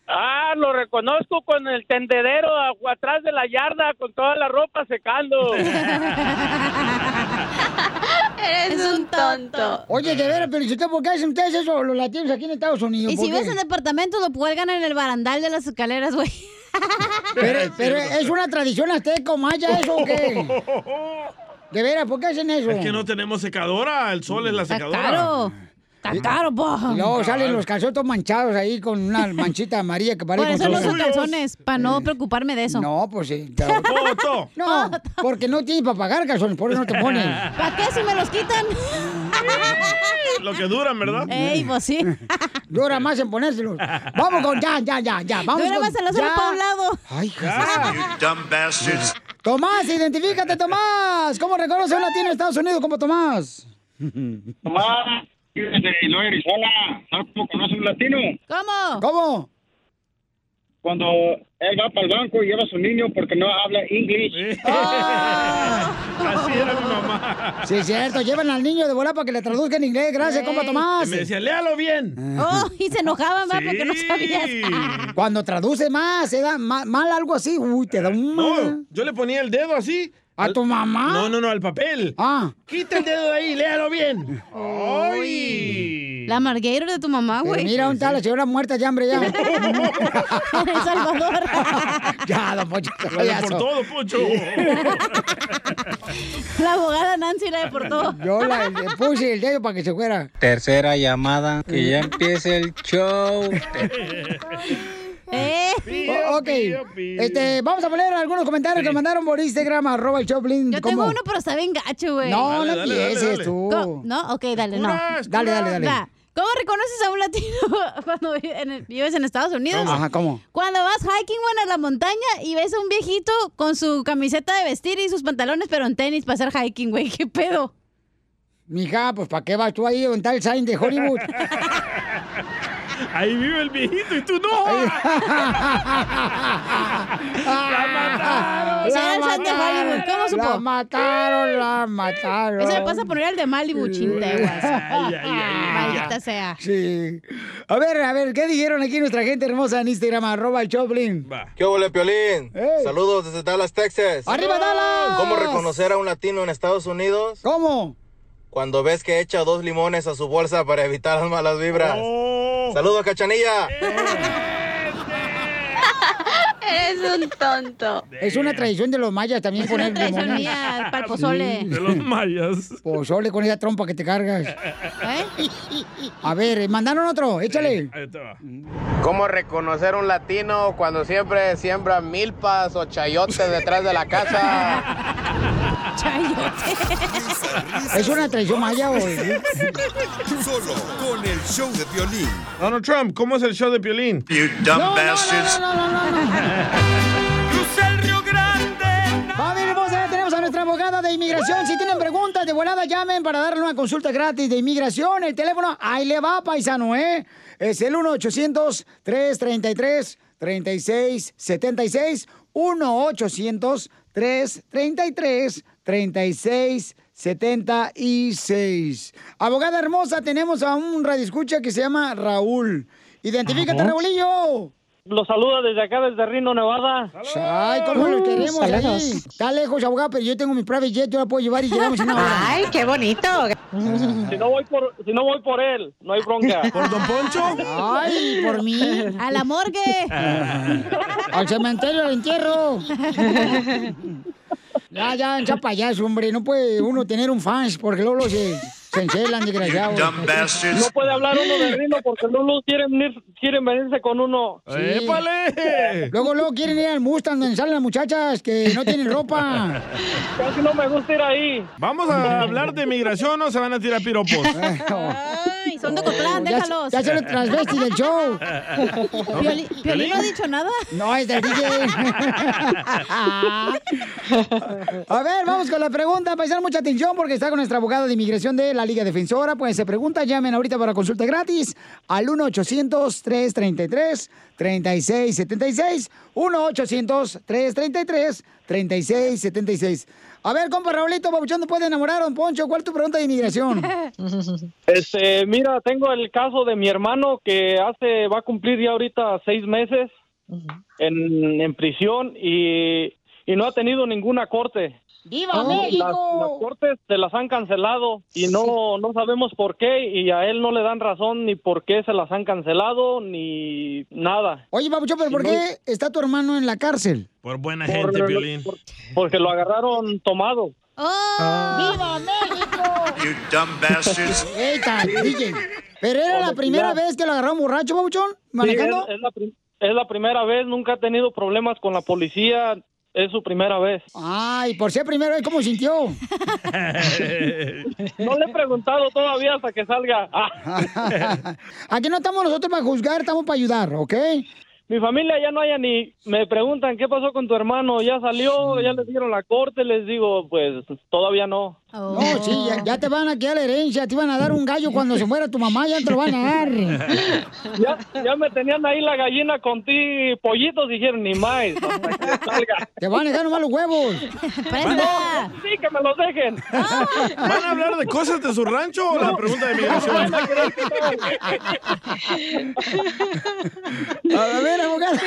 [SPEAKER 17] Ah, lo reconozco con el tendedero a- atrás de la yarda con toda la ropa secando.
[SPEAKER 3] Eres un tonto.
[SPEAKER 1] Oye, de veras, pero Felicito, ¿por qué hacen ustedes eso, los latinos aquí en Estados Unidos?
[SPEAKER 3] Y
[SPEAKER 1] ¿Por
[SPEAKER 3] si
[SPEAKER 1] qué?
[SPEAKER 3] ves en departamento, lo cuelgan en el barandal de las escaleras, güey.
[SPEAKER 1] Pero, pero es una tradición azteca o maya eso o qué? De veras, ¿por qué hacen eso? Ah,
[SPEAKER 8] Es que no tenemos secadora, el sol es la secadora.
[SPEAKER 1] Está
[SPEAKER 3] caro, po.
[SPEAKER 1] Y luego salen los calzotos manchados ahí con una manchita amarilla que
[SPEAKER 3] Por
[SPEAKER 1] parece...
[SPEAKER 3] eso no
[SPEAKER 1] los
[SPEAKER 3] uso calzones, para no preocuparme de eso.
[SPEAKER 1] No, pues sí. No, porque no tienes para pagar calzones, por eso no te ponen.
[SPEAKER 3] ¿Para qué si me los quitan?
[SPEAKER 8] Lo que duran, ¿verdad?
[SPEAKER 3] Ey, pues sí.
[SPEAKER 1] Dura más en ponérselos. Vamos con ya, ya, ya, ya. Vamos
[SPEAKER 3] Dura
[SPEAKER 1] con,
[SPEAKER 3] más en hacerlo
[SPEAKER 1] ya.
[SPEAKER 3] pa' un lado.
[SPEAKER 1] Ay,
[SPEAKER 13] You dumb bastards.
[SPEAKER 1] Tomás, identifícate, Tomás. ¿Cómo reconoce un latino en Estados Unidos como Tomás?
[SPEAKER 18] Tomás, desde Loa, Arizona. ¿Sabes cómo conoce un latino?
[SPEAKER 3] ¿Cómo?
[SPEAKER 1] ¿Cómo?
[SPEAKER 18] Cuando él va para el banco y lleva a su niño porque no habla inglés.
[SPEAKER 1] Ah.
[SPEAKER 8] Así era mi mamá.
[SPEAKER 1] Sí, es cierto. Llevan al niño de volar para que le traduzca en inglés. Gracias,
[SPEAKER 3] Ey.
[SPEAKER 1] compa Tomás. Ah.
[SPEAKER 8] Me decía, léalo bien.
[SPEAKER 3] Oh, y se enojaban, va, porque no
[SPEAKER 8] Sí.
[SPEAKER 3] sabías.
[SPEAKER 1] Cuando traduce más, se da ma- mal, algo así. Uy, te da un
[SPEAKER 8] No, yo le ponía el dedo así.
[SPEAKER 1] ¿A tu mamá?
[SPEAKER 8] No, no, no, al papel.
[SPEAKER 1] Ah.
[SPEAKER 8] Quita el dedo de ahí, léalo bien. ¡Ay!
[SPEAKER 3] La Marguerite de tu mamá,
[SPEAKER 1] Pero
[SPEAKER 3] güey.
[SPEAKER 1] mira, ¿dónde está la señora muerta ya, hombre? Ya.
[SPEAKER 3] El Salvador.
[SPEAKER 1] ya, don Poncho.
[SPEAKER 3] Vale
[SPEAKER 1] payaso.
[SPEAKER 3] por todo, Poncho. La abogada Nancy la deportó.
[SPEAKER 1] Yo la- le puse el dedo para que se fuera.
[SPEAKER 24] Tercera llamada, que ya empiece el show.
[SPEAKER 3] Eh.
[SPEAKER 1] O- ok. Este, vamos a poner algunos comentarios que mandaron por Instagram, arroba el Choplin.
[SPEAKER 3] Yo tengo uno, pero está bien gacho, güey.
[SPEAKER 1] No, Dale, no dale, dale, empieces dale. tú.
[SPEAKER 3] ¿Cómo? No, ok, dale, no.
[SPEAKER 1] Puras, Dale, dale, dale.
[SPEAKER 3] Va. ¿Cómo reconoces a un latino cuando vi- en el- vives en Estados Unidos?
[SPEAKER 1] Ajá, ¿cómo?
[SPEAKER 3] Cuando vas hiking, bueno, a la montaña y ves a un viejito con su camiseta de vestir y sus pantalones, pero en tenis para hacer hiking, güey. ¿Qué pedo?
[SPEAKER 1] Mija, pues ¿para qué vas tú ahí donde está el sign de Hollywood?
[SPEAKER 8] Ahí vive el viejito y tú no.
[SPEAKER 3] Ese era el sign de Hollywood, ¿cómo supo?
[SPEAKER 1] La mataron, la mataron.
[SPEAKER 3] Eso le pasa por ir al de Malibu, chinteguas. Maldita sea.
[SPEAKER 1] Sí. A ver, a ver, ¿qué dijeron aquí nuestra gente hermosa en Instagram, arroba el Choplin?
[SPEAKER 25] ¿Qué huele, Piolín? Saludos desde Dallas, Texas.
[SPEAKER 1] ¡Arriba, Dallas!
[SPEAKER 25] ¿Cómo reconocer a un latino en Estados Unidos?
[SPEAKER 1] ¿Cómo?
[SPEAKER 25] Cuando ves que echa dos limones a su bolsa para evitar las malas vibras.
[SPEAKER 3] Oh.
[SPEAKER 1] Oh.
[SPEAKER 25] ¡Saludos, Cachanilla!
[SPEAKER 1] Eres un tonto. Es una tradición de los mayas también
[SPEAKER 3] Es una
[SPEAKER 1] poner
[SPEAKER 3] tradición
[SPEAKER 1] limones.
[SPEAKER 3] mía, para el pozole.
[SPEAKER 1] Sí.
[SPEAKER 3] De
[SPEAKER 8] los mayas.
[SPEAKER 1] Pozole con esa trompa que te cargas.
[SPEAKER 3] ¿Eh?
[SPEAKER 1] A ver, eh, mandaron otro, échale.
[SPEAKER 8] Ahí te va.
[SPEAKER 25] ¿Cómo reconocer un latino cuando siempre siembra milpas o chayotes detrás de la casa?
[SPEAKER 1] Es una traición maya, güey. ¿eh?
[SPEAKER 8] ¿eh?
[SPEAKER 4] Solo con el show de violín.
[SPEAKER 8] Donald Trump, ¿cómo es el show de Piolín?
[SPEAKER 4] You dumb bastards.
[SPEAKER 1] Familia hermosa, ya tenemos a nuestra abogada de inmigración. Si tienen preguntas de volada, llamen para darle una consulta gratis de inmigración. El teléfono, ahí le va, paisano, ¿eh? Es el 1-800-333-3676. 1-800-333-3676. Abogada hermosa, tenemos a un radioescucha que se llama Raúl. Identifícate,
[SPEAKER 18] Ajá.
[SPEAKER 1] Raúlillo.
[SPEAKER 18] Lo saluda desde acá, desde Rino, Nevada.
[SPEAKER 1] Ay, cómo lo
[SPEAKER 18] Uh,
[SPEAKER 1] queremos ahí.
[SPEAKER 18] saludos.
[SPEAKER 1] Está lejos, abogado, pero yo tengo mi private jet, yo la puedo llevar y llegamos en una hora.
[SPEAKER 18] Ay,
[SPEAKER 1] qué bonito.
[SPEAKER 18] Si no voy por, si no voy por él, no hay bronca.
[SPEAKER 8] ¿Por Don Poncho?
[SPEAKER 1] Ay, por mí.
[SPEAKER 3] A la morgue.
[SPEAKER 1] Al cementerio, al entierro. ya, ya, ya payaso, hombre. No puede uno tener un fans porque luego se, se encelan, desgraciado.
[SPEAKER 25] No puede hablar uno de Rino porque no lo quieren, venir- quieren venirse con uno.
[SPEAKER 1] Sí. Luego, luego quieren ir al Mustang donde salen las muchachas que no tienen ropa.
[SPEAKER 25] Casi no me gusta ir ahí.
[SPEAKER 8] Vamos a hablar de migración o se van a tirar piropos.
[SPEAKER 3] Ay, son de Cotlán,
[SPEAKER 1] Ya-
[SPEAKER 3] déjalos.
[SPEAKER 1] ya se lo transvesti del show.
[SPEAKER 3] Pioli- Piolín no ha dicho nada.
[SPEAKER 1] No, es del DJ. A ver, vamos con la pregunta. Prestar mucha atención porque está con nuestra abogada de inmigración de la Liga Defensora. Pues se pregunta, llamen ahorita para consulta gratis al 1-800-333-3676. 1-800-333-3676. A ver, compa Raulito, Babuchón, ¿te puede enamorar, don Poncho? ¿Cuál es tu pregunta de inmigración?
[SPEAKER 25] Este, mira, tengo el caso de mi hermano que hace, va a cumplir ya ahorita seis meses en, en prisión y, y no ha tenido ninguna corte.
[SPEAKER 1] ¡Viva
[SPEAKER 25] Las- Las,
[SPEAKER 1] México!
[SPEAKER 25] cortes se las han cancelado y no, no sabemos por qué y a él no le dan razón ni por qué se las han cancelado ni nada.
[SPEAKER 1] Oye, Babuchón, ¿pero por qué está tu hermano en la cárcel?
[SPEAKER 8] Por buena
[SPEAKER 25] Por-
[SPEAKER 8] gente, Piolín.
[SPEAKER 25] Porque lo agarraron tomado.
[SPEAKER 3] Ah.
[SPEAKER 1] ¡Viva México!
[SPEAKER 26] You dumb bastards.
[SPEAKER 1] Ey, tan, DJ. ¿Pero era la primera vez que lo agarraron borracho, Babuchón? ¿Manejando?
[SPEAKER 25] Sí, es, es la, prim- es la primera vez, nunca ha tenido problemas con la policía, es su primera vez.
[SPEAKER 8] Ah.
[SPEAKER 1] Ay, por ser primero, ¿eh? ¿cómo sintió?
[SPEAKER 25] No le he preguntado todavía hasta que salga. Ah.
[SPEAKER 1] Aquí no estamos nosotros para juzgar, estamos para ayudar, ¿ok?
[SPEAKER 25] Mi familia ya no haya ni... Me preguntan, ¿qué pasó con tu hermano? ¿Ya salió? ¿Ya les dieron la corte? Les digo, pues todavía no.
[SPEAKER 1] No, sí, ya, ya te van a quedar la herencia, te van a dar un gallo cuando se muera tu mamá, ya te lo van a dar.
[SPEAKER 25] Ya, ya me tenían ahí la gallina con ti, pollitos, dijeron, ni más. hasta que salga.
[SPEAKER 1] Te van a dejar nomás los huevos.
[SPEAKER 25] No, sí, que me los dejen.
[SPEAKER 8] ¿Van a hablar de cosas de su rancho o la pregunta de migración?
[SPEAKER 1] A ver, abogada.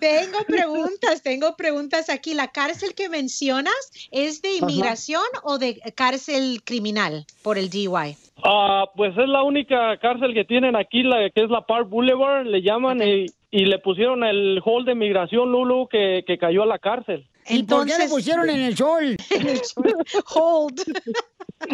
[SPEAKER 27] Tengo preguntas, tengo preguntas aquí. ¿La cárcel que mencionas es de inmigración o de cárcel criminal por el DUI?
[SPEAKER 25] Ah, pues es la única cárcel que tienen aquí, la que es la Park Boulevard, le llaman y, y le pusieron el hall de migración Lulu que, que cayó a la cárcel.
[SPEAKER 1] ¿Y por qué le pusieron en el sol?
[SPEAKER 27] Hold.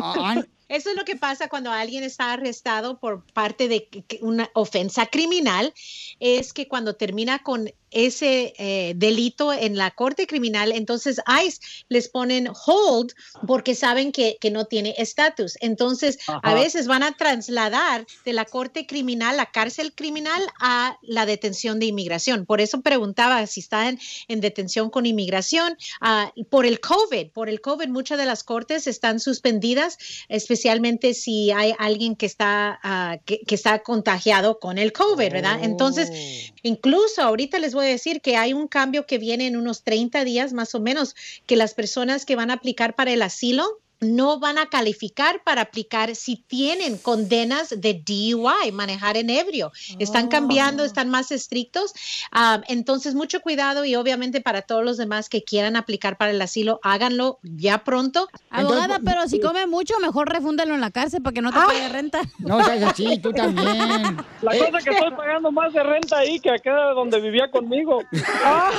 [SPEAKER 1] Ah,
[SPEAKER 27] Eso es lo que pasa cuando alguien está arrestado por parte de que- que una ofensa criminal, es que cuando termina con ese eh, delito en la corte criminal, entonces ICE les ponen hold porque saben que, que no tiene estatus. Entonces, a
[SPEAKER 28] Ajá.
[SPEAKER 27] veces van a trasladar de la corte criminal, la cárcel criminal, a la detención de inmigración. Por eso preguntaba si están en detención con inmigración ah, por el COVID. Por el COVID, muchas de las cortes están suspendidas, especialmente si hay alguien que está, ah, que, que está contagiado con el COVID, ¿verdad? Entonces, incluso ahorita les voy a decir que hay un cambio que viene en unos 30 días más o menos, que las personas que van a aplicar para el asilo no van a calificar para aplicar si tienen condenas de DUI, manejar en ebrio. Están cambiando, están más estrictos. Ah, entonces, mucho cuidado y obviamente para todos los demás que quieran aplicar para el asilo, háganlo ya pronto.
[SPEAKER 3] Abogada, pero si come mucho, mejor refúndalo en la cárcel para que no te pague renta.
[SPEAKER 1] Ah. No seas así, tú también. Eh.
[SPEAKER 25] La cosa es que estoy pagando más de renta ahí que acá donde vivía conmigo.
[SPEAKER 1] Ah,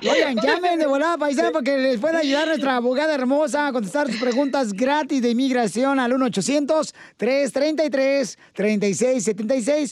[SPEAKER 1] Oigan, llamen de volada paisana porque les puede ayudar nuestra abogada hermosa a contestar sus preguntas gratis de inmigración al 1-800-333-3676.